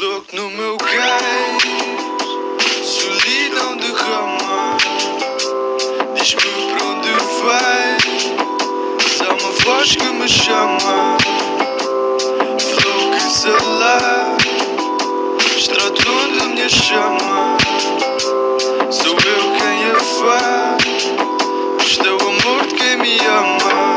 Louco no meu cais, solidão derrama. Diz-me para onde vais, há uma voz que me chama. Flow que sei lá, extrato onde me chama. Sou eu quem a faz, isto é o amor de quem me ama.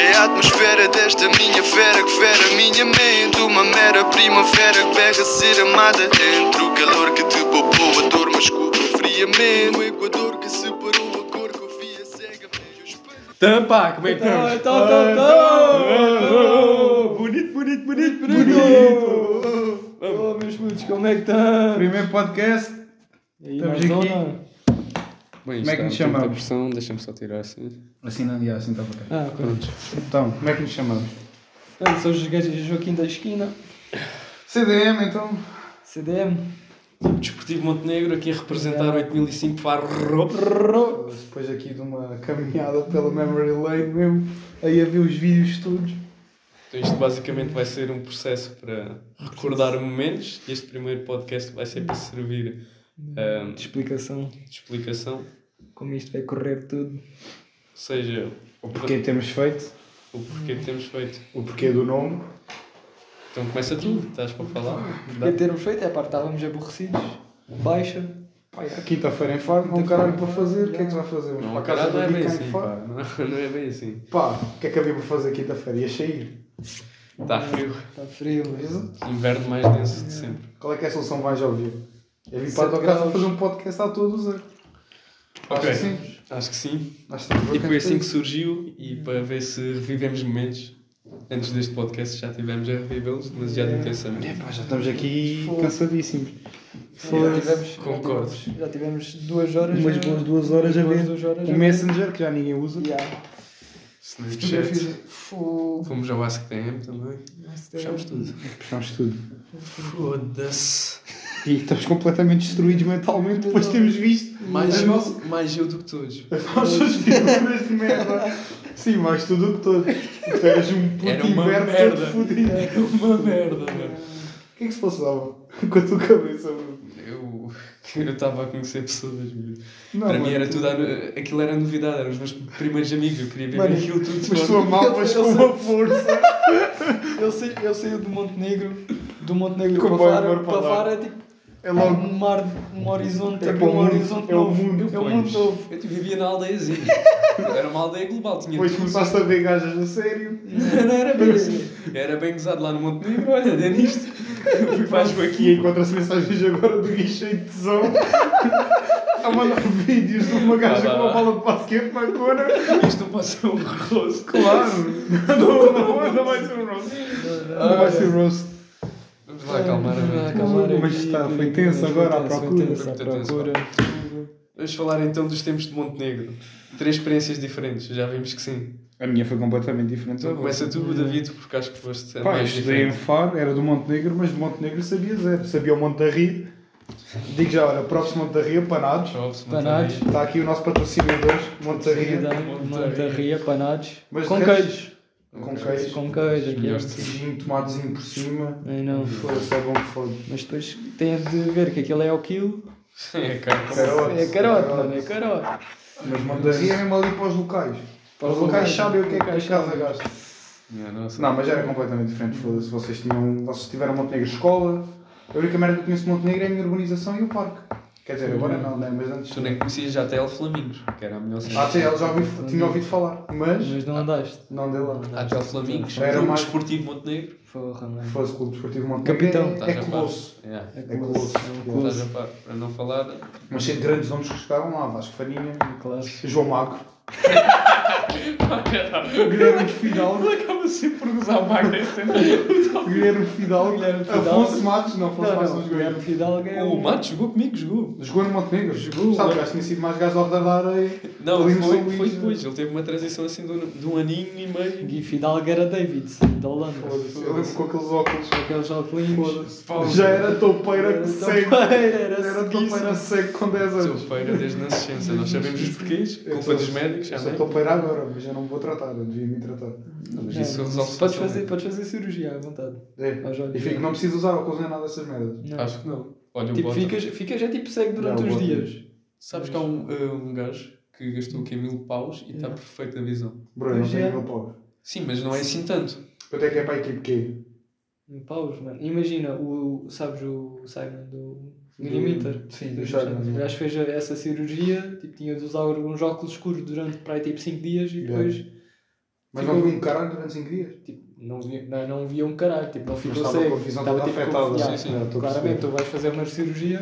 É a atmosfera desta minha fera que fera a minha mente Uma mera primavera que pega a ser amada Entre o calor que te poupou a dor mas cobrou friamente O Equador que separou a cor que eu via cega vejo os Tampa, como é que Então, estamos? então, então, então. Bonito, bonito, bonito, bonito. Bonito! Oh, meus putos, como é que estão? Primeiro podcast. E aí, Estamos mais aqui. zona? Bem, Como é que está, nos tem muita chamamos? pressão, deixa-me só tirar assim. Assim não, já, assim está para cá. Ah, ok. Então, como é que nos chamamos? Portanto, sou os gajos de Joaquim da Esquina, CDM, então. CDM. Desportivo Montenegro aqui a representar 8005 para Depois aqui de uma caminhada pela memory lane mesmo, aí a ver os vídeos todos. Então isto basicamente vai ser um processo para recordar momentos. Este primeiro podcast vai ser para servir ahm, De explicação de explicação. como isto vai correr tudo. Ou seja, O porquê temos feito, o porquê que temos feito. o porquê do nome. Então começa tudo, estás para falar? Porque termos feito é pá, estávamos aborrecidos. Baixa. Pá, já, Quinta-feira em Faro, não há um caralho para fazer, o que é que se vai fazer? Vamos Não, para a caralho, casa não é do bem Bica assim. em Faro? pá. Não, não é bem assim. Pá, o que é que havia para fazer quinta-feira? Ia sair. Está Tá frio. Está Tá frio, mas... Inverno mais denso de sempre. Qual é que é a solução vais ouvir? É vir Sete para a tua casa graus. fazer um podcast à tua usa. Acho Ok. que sim. Acho que sim. Acho que estamos E bacanas foi assim que para isso. surgiu e para ver se revivemos momentos. Antes deste podcast já tivemos a revivê-los, mas já de intensamente. Epá, já estamos aqui Fogo. cansadíssimos. Já tivemos, Concordo. já tivemos duas horas. Umas já- boas duas horas a umas ver Um duas horas O a Messenger, que já ninguém usa. Yeah. Tipo, Snapchat. Fotografias. Fogo. Fomos ao AskTM também. Nossa, Fechámos tudo. Puxámos tudo. Foda-se. E estamos completamente destruídos mentalmente depois de termos visto Mais, as nossas, eu- mais eu do que todos. as nossas figuras de merda. Sim, mais tudo que todo. Tu eras um puto Era uma inverno merda. todo fodido. É Uma merda, mano. O que é que se passava com a tua cabeça? Bruno? Eu eu estava a conhecer pessoas, mano. Não, Para Ah, mano, mim era tu- tudo. a no- Aquilo era novidade, eram os meus primeiros amigos. Eu queria viver Mano, aquilo tudo de Mas tu forma. amavas Eu com sei- uma força. Eu saí, eu saí do Montenegro, do Montenegro Como para é, Faro, amor, para para lá. Faro é tipo É logo. um mar, um horizonte, É abrir para o um mundo, horizonte é o novo. mundo. é o mundo Pois. novo. Eu vivia na aldeiazinha. Era uma aldeia global, tinha Depois tudo. começaste a ver gajas a sério. Não era bem assim. Era bem gozado lá no Montenegro, olha, dê nisto. Eu fui para as E Joaquim. encontra-se mensagens agora do guichê de tesão. A mandar vídeos de uma gaja Ah, com uma vá. bola de basquete na cona. Isto não pode ser um rosto. Claro! Não, não, não vai ser um roast. Não vai Ah, ser roast. Vamos lá acalmar a Vamos lá mente. acalmar Mas aqui, está, foi foi tenso agora à tenso, foi procura. tenso à Foi tenso, procura. Vamos falar então dos tempos de Montenegro. Três experiências diferentes, já vimos que sim. A minha foi completamente diferente. Então começa tu, David, porque acho que foste a Tá Pá, é eu mais estudei em diferente. Faro, era do Montenegro, mas do Montenegro sabia zero. Sabia o Monte da Ria. Digo já, olha, próprio Monte da Ria, Panados. Jovens, Panados. Montenegro. Está aqui o nosso patrocinador, Monte da Ria. Montarria, panados. Mas com de queijo. Com queijo. Com queijo. aqui. é um- Melhores. Queijinho, tomatezinho por cima. Ai, não. Foda-se, é bom que foda. Mas depois tens de ver que aquilo é o quilo. Sim, é caro. Carote. É carote, mano, é carote. Mas Monte da Ria é mesmo ali para os locais. Para Para os os locais locais. sabem o que é que a Locais casa sabem. gasta. Minha assim? É, nossa. Não, mas era completamente diferente. Foda-se, vocês, tinham, vocês tiveram Montenegro escola. A única merda que eu conheço de Montenegro é a minha urbanização e o parque. Quer dizer, agora não, né? mas antes. Tu nem conhecias já até El Flamingos, que era a melhor cena. Ah, sim, eu já ouvi, tinha ouvido falar, mas Mas não andaste. não deu lá. Até o Ah, Flamingos, Era Clube mais- Desportivo Montenegro. Porra, mano. Se fosse Clube Desportivo Montenegro, Capitão, é- estás é a par. colosso. Yeah. É É colosso. colosso. É um Estás colosso. a par. Para não falar. Mas sei de grandes nomes que chegaram lá, Vasco Farinha, Classe. João Magro, Guilherme Fidalgo. Acaba sempre por né? usar o Magno Guilherme Fidalgo, Guilherme Fidalgo. Afonso Matos, não, Afonso Não, Matos não. não Guilherme jogou. Fidalgo é O um- Mato jogou comigo, jogou. Jogou no Montenegro? Jogou, Sabe, mano. acho que tinha sido mais gajo ao redor da área. Não, Ali no foi, São Luís, foi né? depois. Ele teve uma transição assim de um, de um aninho e meio. Gui Fidalgo era David, da Holanda. Foda-se, Eu lembro com aqueles óculos. Aqueles óculos. Já era toupeira que seco. Era Era toupeira sequíssimo. seco com 10 anos. Sofeira desde nascença. Nós sabemos os porquês. Eu Culpa sou- dos médicos, já Eu sou né? toupeira agora, mas já não me vou tratar, eu devia me tratar. Não, mas É, isso um resolve-se podes, facilmente. fazer, podes fazer cirurgia à vontade. É. Aos olhos. E fico, não preciso usar óculos nem nada dessas merdas. Não. Acho que não. Olha, o Tipo, Bota. ficas, ficas é tipo cego durante Não, uns bota. dias. Sabes que há um, eh, um gajo que gastou aqui mil paus e está É. Yeah. perfeito a visão. Bro, eu não Pois é. tenho meu pau. Sim, mas não é assim tanto. Quanto é que é para a equipe que Em Paus, mano. Imagina, o, sabes o Simon do Millimeter? Sim, Do do Shine. Shine. O gajo fez essa cirurgia, tipo, tinha de usar alguns óculos escuros durante para aí tipo 5 dias e Yeah. depois Mas Ficou- não vi um caralho durante 5 dias. tipo, não, via, não, não via um caralho. Tipo, ele Mas ficou estava com a cego. visão Estava, toda tipo, afetada, confiado. sim, sim. É, estou a perceber. Claramente, tu vais fazer uma cirurgia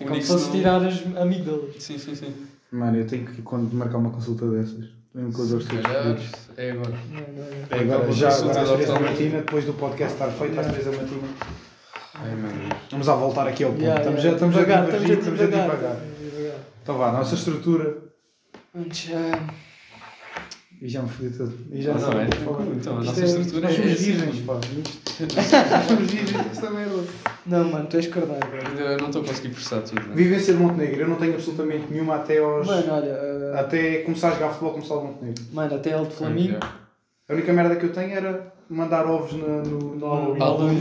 é O como se Nix fosse não- tirar as amígdalas. Sim, sim, sim. Mano, eu tenho que quando marcar uma consulta dessas. Mesmo com as dores todas Calhar, fodidas. é agora. Não, não, não. É Agora, já agora às 3 da oftalmo. matina, depois do podcast estar feito, às 3 da matina. Ai, meu Deus. Vamos a voltar aqui ao ponto. Yeah, estamos, yeah. tipo, Já, estamos, Devagar, a divergir, estamos a devagar. devagar. Então vá, nossa estrutura. Antes, ah, E já me fodi Ah, tudo. E já Não, não, é sei. tranquilo. Então, a Isto nossa é- estrutura Nós é somos assim. virgens, pá. Nós somos virgens, é esta merda. Não, mano, tu és cardápio. Ainda Eu não estou a conseguir processar tudo. Né? Vivência de Montenegro, eu não tenho absolutamente nenhuma até aos. Mano, olha, ah, Até começar a jogar futebol, começar o Montenegro. mano, até ele de Flamengo. É. A única merda que eu tenho era mandar ovos na, no, no Halloween. Halloween.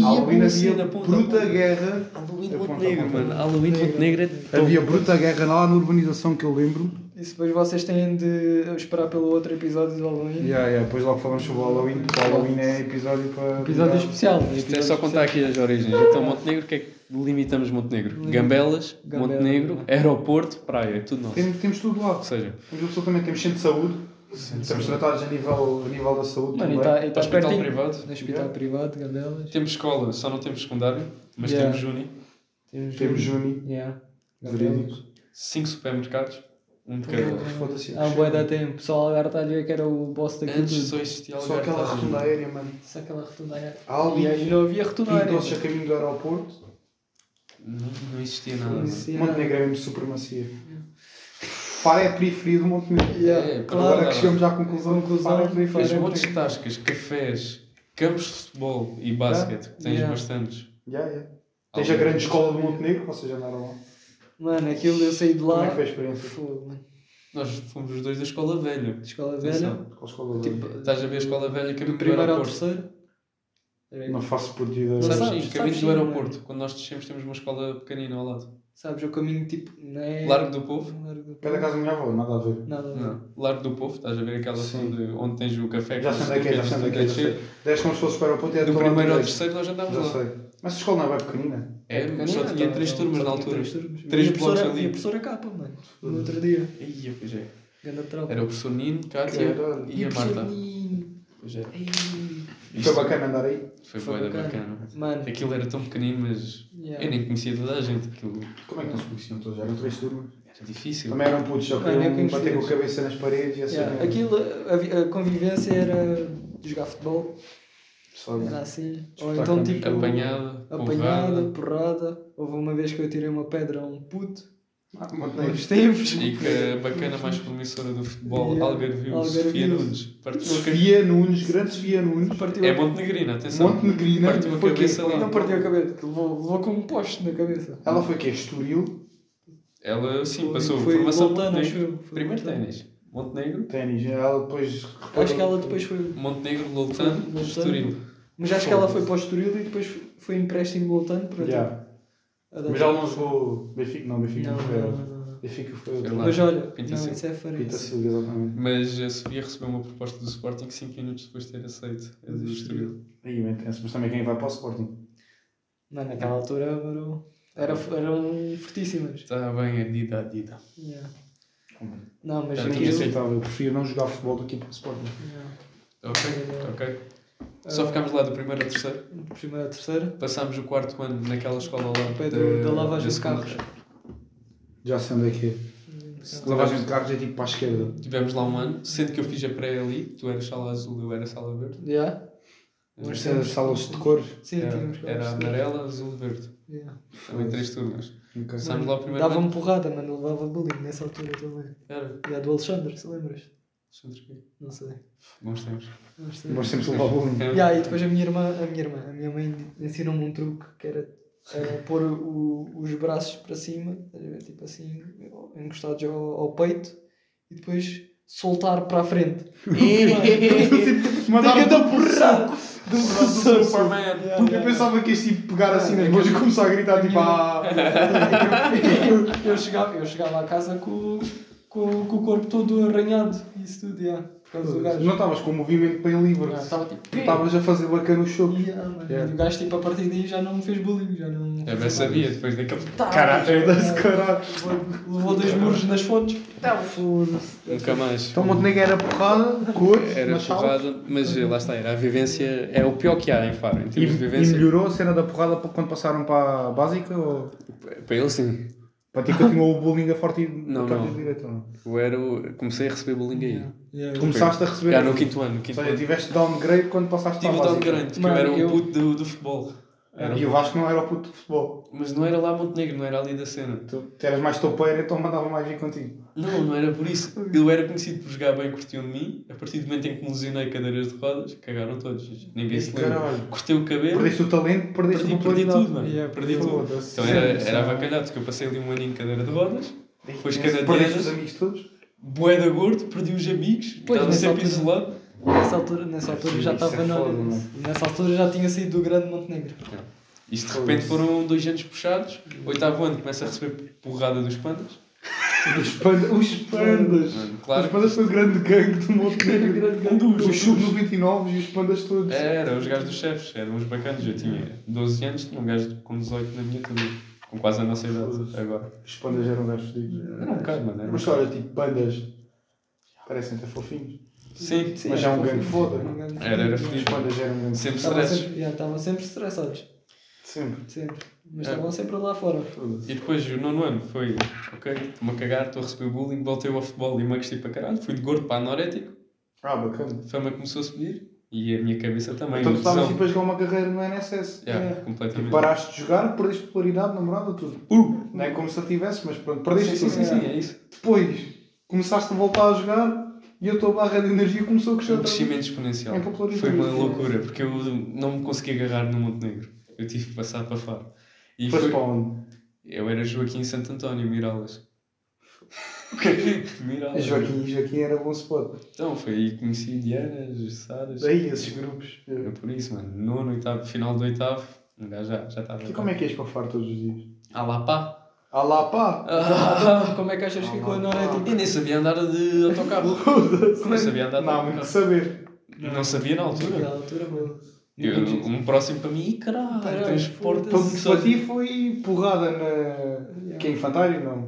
Halloween é uma havia cena, ponta, bruta ponta. guerra. Halloween Eu ponto a Montenegro, ponto. mano. Halloween Montenegro é de Havia bruta guerra lá na urbanização que eu lembro. E se depois vocês têm de esperar pelo outro episódio do Halloween. Yeah, yeah, depois logo falamos sobre o Halloween, porque o Halloween é episódio para. Episódio especial. Isto episódio é só especial. contar aqui as origens. Então, Montenegro, o que é que limitamos Montenegro? Gambelas, Gambelas. Montenegro, aeroporto, praia, tudo nosso. Temos, temos tudo lá. Ou seja, Temos absolutamente temos centro de saúde. Estamos tratados a nível, a nível da saúde. Mano, e também. está tá hospital pertinho. privado. No hospital privado, Gandelas. Temos escola, só não temos secundário, mas Yeah. temos uni. Temos Juni, Yeah. verídico. Cinco supermercados, um de cada. lado. É, Foda-se. Há um boi da tempo. O pessoal agora está a ver que era o boss daquilo Antes tudo. só existia tá Só aquela rotunda aérea, mano. Só aquela retundária. Há ali E aí não havia retundária. pintou-se a caminho do aeroporto. Não, não existia nada. mano. Montenegro é mesmo supremacia. Faro é a periferia do Montenegro. Yeah, É, claro. Agora que chegamos à conclusão que Conclusão, Faro é a periferia Tens do montes de Montenegro. tascas, cafés, campos de futebol e basquete. que Tens Ah, Yeah. bastantes. Yeah, yeah. Tens um a grande escola do Montenegro, vocês andaram lá. Mano, aquilo eu saí de lá. Como é que foi a experiência? Fogo, mano. Nós fomos os dois da escola velha. Escola velha. Atenção. Qual escola Tipo, estás a ver a escola velha que é Do primeiro ao terceiro. é? Não faço por ti da- Não Sabes, sabes, em caminho sabes do sim, aeroporto, quando nós descemos, temos uma escola pequenina ao lado. Sabes, o caminho tipo. Não é... Largo do Povo? Largo do Pé da povo. casa da minha avó, nada a ver. Nada. Não. Largo do Povo, estás a ver aquela Sim. onde, onde tens o café Já com sei daqui, açúcar, é, já sei açúcar daqui, já cheio. sei. Dez como se fosse para o aeroporto e é Do do lado primeiro ao direito. terceiro nós andávamos Já lá. sei. Mas a escola não é bem pequenina. É, Pequenina, mas só tinha não, três não, turmas só na tinha altura. Três turmas. Três E a blocos professora- E a ali. professora capa, mano. No outro dia. Ia, pois é. Ganda tropa. Era o professor Nino, Cátia Caralho. e a professora Marta. Nino. Pois é. Ei. E Isto Foi bacana andar aí. Foi Foi bué da bacana. bacana. Mano. Aquilo era tão pequenino, mas Yeah. eu nem conhecia toda a gente. Aquilo Como é que não se conheciam todos? Eram três turmas. era difícil. Também eram putos, só que Olha, iam quem bater com fez? a cabeça nas paredes e assim. Yeah, né? Aquilo, a, vi- a convivência era jogar futebol, Só- era assim. Ou Disputar então campos. tipo. Apanhada, apanhada, porrada porrada. Houve uma vez que eu tirei uma pedra a um puto, Ah, nos Montenegro. tempos. e que a bacana mais promissora do futebol, Yeah. Algarvio, Algarvio. Sofia Nunes. Partiu a cabeça. Sofia Nunes, grande Sofia Nunes. Partiu, É a- Montenegrina, atenção. Montenegrina. Partiu a Foi quê? cabeça Foi- lá. Não partiu a cabeça, levou, levou com um poste na cabeça. Ela foi o quê? Estoril? Ela Ah, sim Foi- passou foi formação voltando, Montenegro. acho eu. Foi Primeiro voltando. ténis. Montenegro, Ténis. Ela depois. Acho que ela depois foi. Montenegro, Foi Loltano, voltando. Estoril. Mas acho que ela foi para o Estoril e depois foi empréstimo voltando para. Yeah. a dar- Mas ela não jogou. Benfica, não, Benfica Não, não, foi não, não, ela. não, não. Benfica foi outra. Sei lá. Mas olha, Pinta assim. não, Silva. isso é Rita farense. Silva, exatamente. Mas a Sofia recebeu uma proposta do Sporting 5 minutos depois de ter aceito a do Estoril. Aí, bem tenso. Mas também quem vai para o Sporting? Mano, naquela altura eram, era- eram fortíssimas. Está bem, Adida, Adida. Yeah. Não, mas Já aquilo- tinha sido. É. Inaceitável. Eu prefiro não jogar futebol do que ir para o Sporting. Yeah. Ok, ok. É. Só ficámos lá do primeiro ao terceiro. Primeira, terceira. Passámos o quarto ano naquela escola ao lá. Pé do, da lavagem de secundária. carros. Já sei onde é que é. Então, Lavagem de carros é tipo para a esquerda. Tivemos lá um ano, sendo que eu fiz a pré ali, tu eras sala azul, eu era sala verde. Yeah. Mas Isso é das salas de cores. Sim, Era, tínhamos que É, era amarela, azul, verde. Yeah. Também três turmas. Ok. Passámos lá o primeiro ano. Dava-me porrada, mano. Levava bullying nessa altura também. Era. E a do Alexandre, se lembras? Alexandre Guerra. Não sei. Bons tempos. Mas sei. Nós temos de levar bullying. Era- Yeah, e depois a minha irmã, a minha irmã, a minha mãe ensinou-me um truque que era eh, pôr o- os braços para cima, estás a ver, tipo assim, encostados ao, ao peito, e depois soltar para a frente. Mandaram-te Tem que a andar por porrada. De um Sou braço Superman. Eu pensava que este tipo pegar assim nas mãos e começar a gritar tipo ah. eu, eu chegava, eu chegava à casa com, com, com o corpo todo arranhado, isso tudo, yeah, por causa do gajo. Não estavas com o movimento bem livre. Ah, Estava tipo. Estavas a fazer bacana o show. Yeah, mano, Yeah. E o gajo, tipo, a partir daí já não me fez bullying, já não. Eu bem É, sabia, depois daquele. Tá, Caralho, mas- desse caralho. Levou dois muros nas fontes. Tá, foda-se. Nunca mais. Então é Montenegro era porrada, cores, Era nas salas. porrada, mas eh, lá está, era a vivência, é o pior que há em Faro, em E, termos de e vivência. melhorou a cena da porrada para quando passaram para a básica ou Para ele sim, para ti continuou o bullying a forte e Não, a forte e não. direito, ou não? eu era, o- comecei a receber bullying aí. Começaste a receber. Já no quinto ano, no Ou quinto seja, ano. tiveste downgrade quando passaste Tive para o a Dom básica. Grande, que eu Mano, era um eu- puto do, do futebol. Era E o Vasco não era o puto de futebol. Mas não era lá Montenegro, não era ali da cena. Tu, tu eras mais topeiro, então mandava mais vir contigo. Não, não era por isso. Eu era conhecido por jogar bem, curtiam de mim. A partir do momento em que me lesionei cadeiras de rodas, cagaram todos. Ninguém se lembra. Caralho. Cortei o cabelo, perdi, Perdeste o talento, perdeste perdi, a popularidade. tudo, mano. Yeah, perdi tudo. Foda-se. Então era, Sim, era sim. avacalhado, porque eu passei ali um aninho de cadeira de rodas. Depois Perdeste- cada Perdeste dia- os amigos todos. Bué da gordo, perdi os amigos. Pois, Estava nessa sempre altura- isolado. Nessa altura, nessa altura já Isso é estava na. foda, mano. Nessa altura já tinha saído do grande Montenegro. Isto de repente foram dois anos puxados. Oitavo ano começa a receber porrada dos pandas. Os pandas. Os pandas. Mano, Os claro. pandas foi o grande gangue do Montenegro. grande Os sub-99 e os pandas todos. Era, os gajos dos chefes, eram uns bacanas. Eu tinha 12 anos, tinha um gajo com 18 na minha turma. Com quase a nossa idade agora. Os pandas eram gajos fodidos. Era um bocado, mano. Era um... Mas olha, tipo, pandas parecem até fofinhos. Sim, Mas já é um grande foda. não? Era, era Os fodido. pandas eram grandes. sempre Estavam stress. sempre, já, estavam sempre estressados. Sempre. Sempre. Mas É. estavam sempre lá fora. Foda-se. E depois o nono ano foi, ok, estou-me a cagar, estou a receber bullying, voltei ao futebol e magreci para caralho. Fui de gordo para anorético, Ah, bacana. a fama começou a subir e a minha cabeça também. Então tu estavas ilusão. tipo a jogar uma carreira no NSS. Yeah, Yeah. completamente. É. Paraste de jogar, perdeste popularidade, namorada, tudo. Uh! Não é como se a tivesse, mas pronto, Sim, perdeste sim, tudo. sim, sim, é isso. Depois começaste a voltar a jogar e a tua barra de energia começou a crescer. Um outra vez. crescimento exponencial. É popularidade. Foi uma loucura, porque eu não me consegui agarrar no Montenegro. Eu tive que passar para Faro. E Depois foi... para onde? Eu era Joaquim Santo António, Miralas. Miralas. É Joaquim, Joaquim era bom spot. Então, foi aí que conheci Dianas, Saras. Daí esses grupos. É por isso, mano. Nono, oitavo, final do oitavo, um gajo já já estava. E como é que és para fora todos os dias? Ah lá pá! Ah lá pá! Ah, Como é que achas que ficou a tipo? e Norético? nem sabia andar de autocarro. Não sabia andar de Não, há muito que autocarro. saber. Não sabia na Naquela altura. altura, mano. Eu, um próximo para mim, e caralho, Caralho, transporte um Então, se para ti foi porrada na. Que é infantário? Não.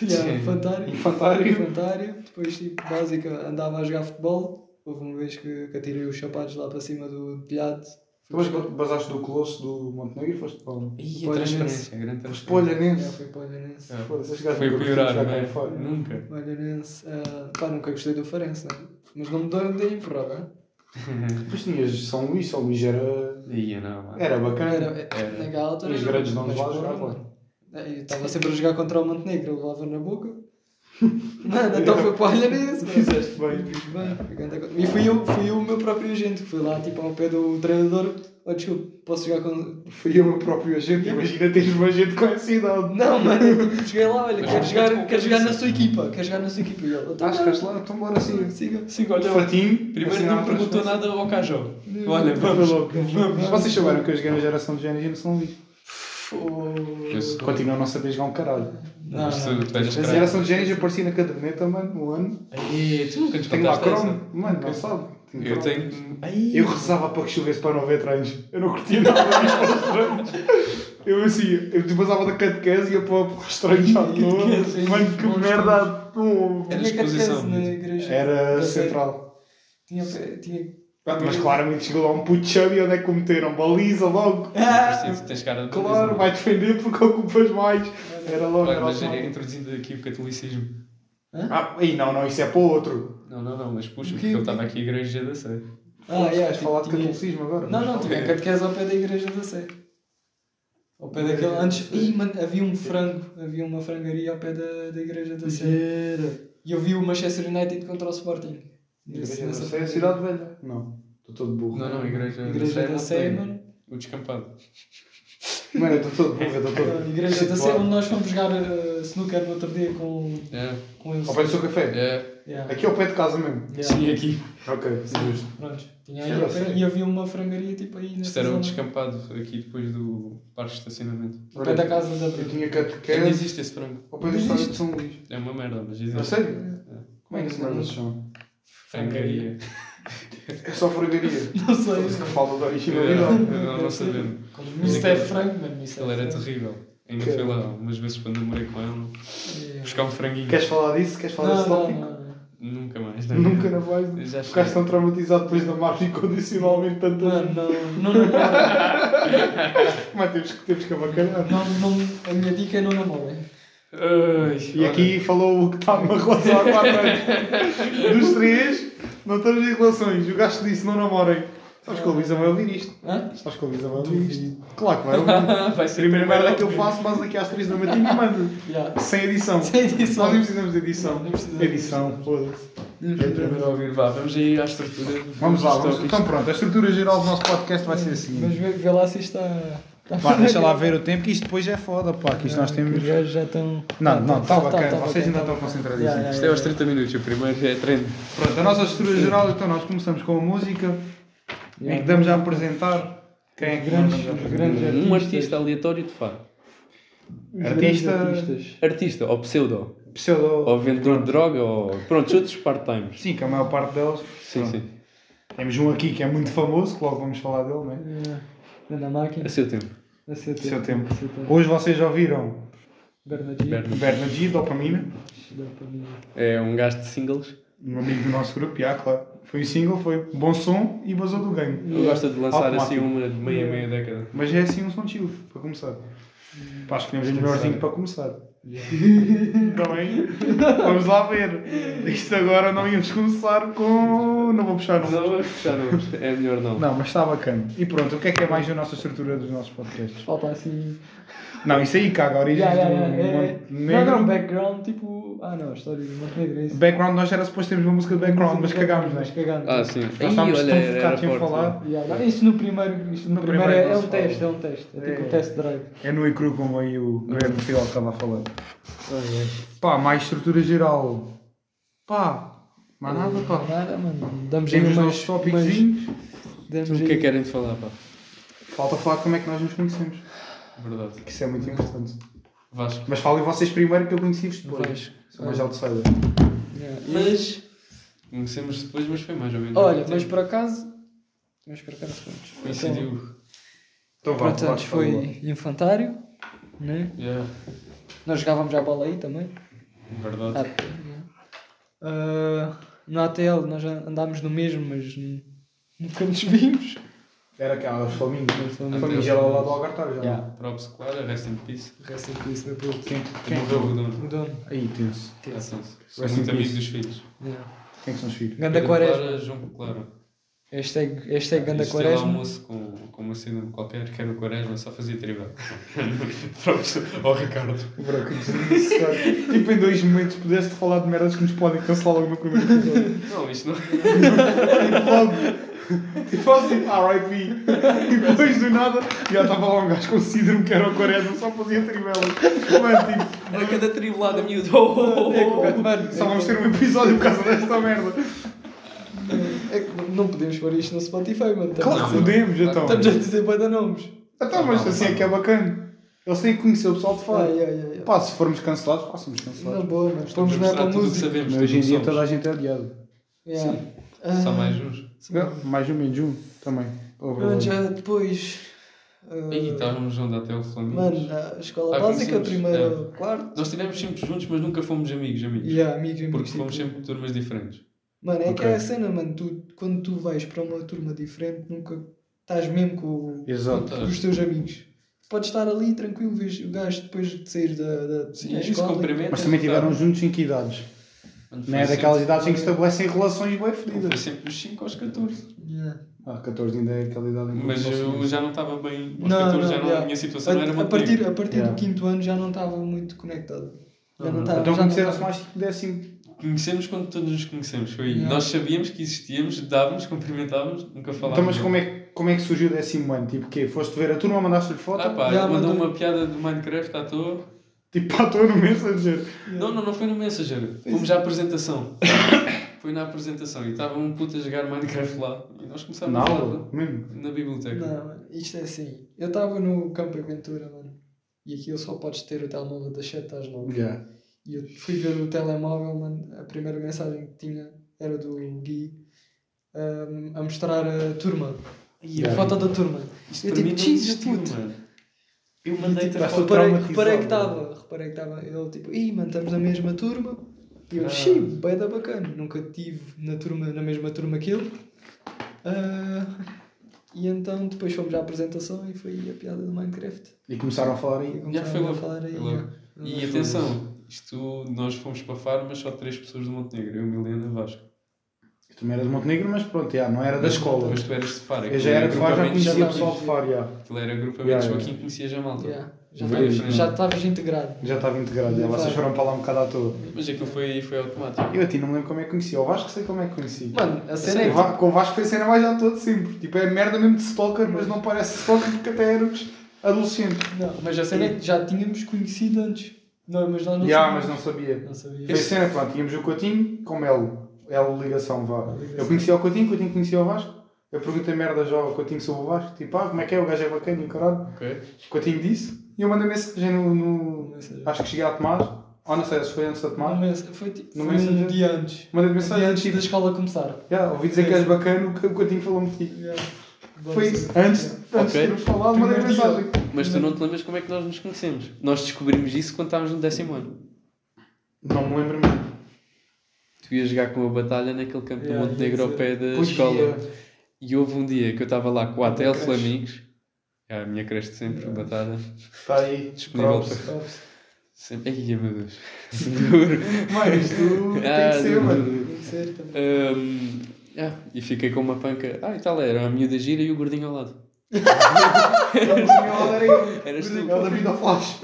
Yeah, Sim. infantário. Infantário. Infantário. Depois, tipo, básica, andava a jogar futebol. Houve uma vez que, que atirei os chapados lá para cima do telhado. Tu mas- basaste do Colosso do Montenegro e foste para onde? E a Polhanense. transparência, a grande Foste para o transparência. Já Olhanense. fui para o Olhanense. É. Foda-se, esses gajos Foi nunca piorar, conseguem jogar né? cá fora. Nunca. O Olhanense. ah, pá, nunca gostei do Farense, né? Mas não me dou né? nem porrada. Depois tinhas São Luís, São Luís era. Ia não, mano. Era bacana. Era, é, naquela altura. É, Os era- grandes nomes mas lá porra, jogavam. mano. É, Eu estava sempre a jogar contra o Montenegro, eu levava na boca. Mano, então foi para o Olhanense. mano. Fizeste bem. Fiz bem, grande coisa. E fui eu, fui eu o meu próprio agente, que fui lá tipo ao pé do treinador. Oh, desculpa, posso jogar com. Fui eu o meu próprio agente. Imagina teres um agente com essa idade. Não, mano, eu, tipo, cheguei lá, olha, Mas quero jogaste com jogar, quero jogar na cabeça. sua equipa, quero jogar na sua equipa. E ele, "Então, Ah, chegaste lá, então bora siga, sim. siga. Sim, olha, Fatinho. primeiro não assinava me perguntou transferência. nada ao Cajó. Olha, Foi vamos, logo. vamos. Vocês souberam que eu joguei na geração de género e não São Luís. Eu sou- Continuam a não saber jogar um caralho. Não, Mas não. tu- tu és Na craque. geração de género eu apareci na caderneta, mano, um ano. Ei, tu nunca Tenho lá descontaste essa? cromo. Mano, não sabe. Tenho Eu cromo. tenho. Ai, Eu rezava para que chovesse para não haver treinos. Eu não curtia nada de ir para os treinos. Eu assim, eu desbasava da catequese e ia para para os treinos à Catequese, toa. Mano, que bons merda à toa. Era Tinha catequese exposição, na mesmo. igreja. Era Da série. central. Tinha, tinha Mas claramente chegou lá um puto chubby onde é que o meteram? Baliza logo. Ah, é, Preciso, tens cara de Claro, vai um defender porque ocupas mais. Era logo, Olha, era mas é automático. introduzindo aqui o catolicismo. Ah, e não, não, isso é para o outro. Não, não, não, mas puxa, O quê? porque ele estava aqui a granja da Sé. Ah, é, Vais falar de tinha- catolicismo agora. Não, não, É. tinha catequese ao pé da igreja da Sé. Ao pé É, daquele. Antes. Ih, mano, havia um frango. Havia uma frangaria ao pé da, da igreja da Uhum. Sé. E eu vi o Manchester United contra o Sporting. Igreja da Sé é a cidade velha. Não, estou todo burro. Não, não, a igreja, Igreja da Sé, não tem. mano. O descampado. Mano, eu estou todo burro, eu estou todo. Tipo, Ah, Igreja da Sé, situado. onde nós fomos jogar ah, snooker no outro dia com, É, com eles. Ao pé do seu café. é. Yeah. Aqui ao pé de casa mesmo. Yeah. Sim, aqui. Ok, justo. Pronto. Tinha Sim, aí eu ao pé- sei. e havia uma frangaria tipo aí Isto nessa era um zona. descampado aqui depois do parque de estacionamento. Ao pé da casa da Eu Brita. tinha Ainda catequese existe esse frango. ao pé da história de São Luís. É uma merda, mas A existe. sério? Como é que se merda se chama? Frangaria. É só fragaria. Não sei. Isso que falta de originalidade. É, Não, não sabemos. Como Mr. Frank, mano. Mr. Ele era Frank. terrível. Ainda fui lá umas vezes quando namorei com ele Yeah. buscar um franguinho. Queres falar disso? Queres falar É. Não, desse não, tópico? não, não. Nunca mais. na Nunca vida. na mais. Já Ficaste cheguei. tão traumatizado depois da marcha incondicionalmente tanto. Mano, não, não namorem. Mas temos que, temos que abacanar. Não, não, a minha dica é não namorem. Ai, E aqui falou o que está numa relação há 4 anos. Dos três, não estamos em relações. O gajo disse: não namorem. Sabes que a Luísa vai ouvir isto. Hã? Sabes que a Luísa vai ouvir isto. Duvido. Claro que vai ouvir. olha. Ah, Vai ser Primeira merda que eu primeiro. faço, mas daqui às 3 da manhã e mando. Yeah. Sem edição. Sem edição. Nós nem precisamos de edição. Não, nem precisamos de edição, foda-se. É primeiro a ouvir, vá. Vamos aí à estrutura. é Vamos lá, dos vamos. tópicos. Então pronto, a estrutura geral do nosso podcast vai ser Mas assim. vê, vê lá se isto está. está Pá, deixa lá bacana. ver o tempo, que isto depois é foda, pá. Que isto nós Ah, temos. Os gajos já estão. Não, não, está Tá, bacana. tá, tá Vocês ainda bacana, estão tá bacana. concentradíssimos. Yeah, Isto é aos 30 minutos. O primeiro é treino. Pronto, a nossa estrutura geral, então nós começamos com a música, em que damos a apresentar quem é que Grandes- nós damos a grandes apresentar. Um Artistas. artista aleatório de fado. Artista- artistas. Artista, ou pseudo, Pseudo. ou vendedor de droga, ou. Pronto, os outros part-timers. Sim, que a maior parte delas. Sim, Pronto. sim. Temos um aqui que é muito famoso, que logo vamos falar dele, não é? É. Na máquina. A seu tempo. A seu Seu tempo. tempo. A seu tempo. Hoje vocês já ouviram Bernardinho. Bernardo. Bernard Dopamina, É um gajo de singles. um amigo do nosso grupo, já, claro. Foi o single, foi bom som e basou do ganho. Ele gosta de lançar Automático. assim uma de meia meia década. Mas é assim um som chill, para começar. Pá, escolhemos o um melhorzinho para começar. Está bem? Vamos lá ver. Isto agora não íamos começar com. Não vou puxar, não. Não, já não. É melhor não. Não, mas está bacana. E pronto, o que é que é mais da nossa estrutura dos nossos podcasts? Falta assim. Não, isso aí caga, origens Yeah, yeah, do yeah, é, é. Monte Não, Negro. não, background tipo. Ah não, a história do Montenegro é isso. Background, nós era suposto termos uma música de background, mas cagámos, não Mas é? cagámos. Ah, sim. Nós Ih, estávamos olha, tão era, era focados em forte. falar. Yeah, não, Isto no primeiro, isto no No primeiro, primeiro é, é não um se teste, é fala. um teste. É tipo É. um test drive. É no e cru como aí o Guilherme Fidel estava a falar. Pá, mais estrutura geral. Pá, mais nada, pá. Nada, mano. Damos aí Temos os umas nossos topiczinhos. umas- Damos O que é aí. que querem te falar, pá? Falta falar como é que nós nos conhecemos. Verdade. Que isso é muito importante. Vasco. Mas falem vocês primeiro que eu conheci-vos é? depois. Pois. Sou Então mais outsider. Yeah. E- Mas. Conhecemos depois, mas foi mais ou menos. Olha, mas por acaso. Mas por acaso, pronto. Coincidiu. Então vá, Pronto, vá, antes foi fala lá. infantário, né? Yeah. Nós jogávamos à bola aí também. Verdade. Ah, ah, no ATL nós já andámos no mesmo, mas n- nunca nos vimos. Era aquela, os Flamingos. Os Flamingos. Os Flamingos era lá do Algartar já. Yeah. Props, claro. Rest in peace. Rest in peace, meu puto. Quem, quem, Morreu o dono. O dono. Aí, tenso. Ah, sim, sim. Sou Rest in muito amigo peace. dos filhos. Yeah. Quem é que são os filhos? Ganda Quaresma. Clara, João Claro. Hashtag, hashtag Ganda Ah, Isto é era é Quaresma. almoço com, com uma cena qualquer que era o Quaresma, só fazia tribal. Props ao Ricardo. Bro, que desisto, cara. tipo, em dois momentos pudeste falar de merdas que nos podem cancelar logo no primeiro episódio. Não, isto não. é tipo, logo. Tipo assim, RIP. E depois do nada, já estava lá um gajo com síndrome que era o Quaresma, só fazia trivelas. Mano, tipo, É Era cada tribulada, miúdo. Oh, É Mano, Só vamos ter um episódio por causa desta merda. é que não podemos pôr isto no Spotify, mano. Tá Estamos Claro a que dizer- podemos, então. Estamos a dizer bué de nomes. Então, mas assim é que é bacana. Eles têm que conhecer o pessoal de Ah, fora. yeah, yeah, yeah. Pá, se formos cancelados, pá, somos Não, cancelados. boa, mas estamos Estamos a na mostrar Apple tudo o que Music. Mas sabemos. tudo o hoje em que dia somos. toda a gente é odiado. Yeah. Só Ah, mais um. uns. sim. Mais ou menos um também. Oh, Pronto, brother. já depois. ah, Aí estávamos onde até o Flamengo. Mano, a escola tá. Ah, é. básica, conhecemos, primeiro, quarto. Nós estivemos sempre juntos, mas nunca fomos amigos, amigos. E há amigos e amigos. Porque fomos tipo, sempre turmas diferentes. Mano, é que Ok. é a cena, mano. Tu, quando tu vais para uma turma diferente, nunca estás mesmo com, Exato. com os teus amigos. Podes estar ali tranquilo, vês o gajo depois de sair da, da, Sim, da eles cumprimentam. Mas também tiveram juntos em que idades? Não é daquelas idades em que estabelecem relações bem Foi fedidas. sempre dos 5 aos 14. Yeah. Ah, 14 ainda é aquela idade em que Mas começou a eu já não estava bem. Aos Não, 14 não, já não, yeah. a minha situação Tipo, não era A, a muito partir, bem. a partir Yeah. do quinto ano já não estava muito conectado. Já Uhum. não seguir. estava. Então já não tá. conheceram-se estava- mais que décimo. Conhecemos quando todos nos conhecemos. Foi aí. Yeah. Nós sabíamos que existíamos, dávamos, cumprimentávamos, nunca falávamos. Então, mas como é, que- como é que surgiu o décimo ano? Tipo, quê? Foste ver a turma, mandaste-lhe foto? Ah pá, Yeah, mandou mandou- uma piada do Minecraft à toa. Tipo, pá, estou no Messenger. Não, não, não foi no Messenger. Fomos à apresentação. foi na apresentação e estava um puto a jogar Minecraft lá. E nós começámos Na a aula, falar mesmo. na biblioteca. Não, mano, isto é assim. Eu estava no Campo Aventura, mano. E aquilo só podes ter o telemóvel das 7 às 9. Yeah. E eu fui ver o telemóvel, mano. A primeira mensagem que tinha era do Gui um, a mostrar a turma. E a Yeah. foto da turma. Isto Eu para tipo, mim não Jesus, existiu, puto. mano. Eu mandei-te a Estás foto. todo tipo, traumatizado, Reparei, reparei que mano. estava. Reparei que estava. Ele tipo, ih, mano, estamos na mesma turma. E eu, xi, bem da bacana. Nunca estive na, turma, na mesma turma que ele. Ah, e então depois fomos à apresentação e foi a piada do Minecraft. E começaram a falar E aí. começaram foi a logo, falar aí, foi logo. yeah. E atenção, isto nós fomos para Faro, mas só três pessoas do Montenegro. Eu, Milena, Vasco. Tu também eras de Montenegro, mas pronto, já, não era da escola. Mas tu eras de Faro. Eu aquilo já era de Faro, grupamentos- já conhecia o já pessoal de Faro, já. Aquilo era agrupamento, Yeah, yeah. Joaquim conhecia já a malta. Yeah. Já Vejo, estavas- Já estavas integrado. Já estava integrado, já. De Vocês Faro. foram para lá um bocado à toa. Mas aquilo foi, foi automático. Eu a ti não me lembro como é que conheci. O Vasco sei como é que conheci. Mano, a cena é Com o que Va- com o Vasco foi a cena mais à toa de sempre. Tipo, é merda mesmo de stalker, mas não parece stalker porque até éramos adolescentes. Não, mas a cena é que já tínhamos conhecido antes. Não, mas nós não Já, sabíamos. mas não sabia. Não sabia. Foi a cena, pronto, tínhamos o Coutinho com o Melo. Elo ligação, vá. Eu conhecia o Coutinho, o Coutinho conhecia o Vasco. Eu perguntei merda já ao Coutinho sobre o Vasco. Tipo, ah, como é que é? O gajo é bacana e o caralho. Ok? O Coutinho disse. E eu mandei mensagem no, no- Não sei. Acho que cheguei a Tomás. Ou não sei se foi antes da No Tomás. mens- Foi tipo No foi um Messenger? dia antes. Mandei Um dia mensagem antes da tipo, escola começar. "Ya, ouvi dizer que és bacana, o Coutinho falou-me de ti. Yeah. Foi Bom, antes, antes Ok. de termos falado, mandei Primeiro dia. mensagem. Mas tu não te lembras como é que nós nos conhecemos? Nós descobrimos isso quando estávamos no décimo ano. Não me lembro mesmo. Tu ias jogar com a batalha naquele campo Yeah, do Montenegro ia ao pé da Pois escola. é. E houve um dia que eu estava lá com a Atel creche. Flamingos. É a minha creche de sempre, batalha. Está Tá aí. Disponível. Props. Sempre. Ai, meu Deus. Duro. Mano, isto tem Ah, que ser, duro, mano. duro. Tem que ser também. Hum, ah, e fiquei com uma panca. Ah, e tal, era a miúda gira e o gordinho ao lado. Eras tu. É o da vida ao flash.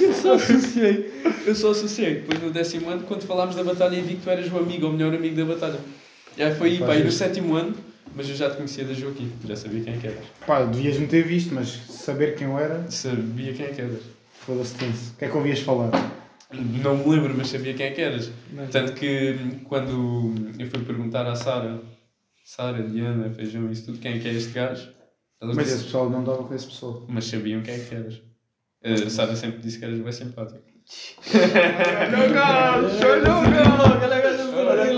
Eu só associei. Eu só associei. Depois no décimo ano, quando falámos da batalha, e vi que tu eras o amigo, ou melhor amigo da batalha. Já foi aí, pá, aí no sétimo ano, mas eu já te conhecia da Joaquim. Já sabia quem é que eras. Pá, devias-me ter visto, mas saber quem eu era, Sabia quem é que eras. foda-se tenso. O que é que ouvias falar? Não me lembro, mas sabia quem é que eras. Não. Tanto que hum, quando eu fui perguntar à Sara, Sara, Diana, Feijão, isso tudo, quem é que é este gajo? Elas Mas disseram- esse pessoal não dava com esse pessoal. mas sabiam quem é que eras. Eh, A Sara sempre disse que eras bem simpático. Não,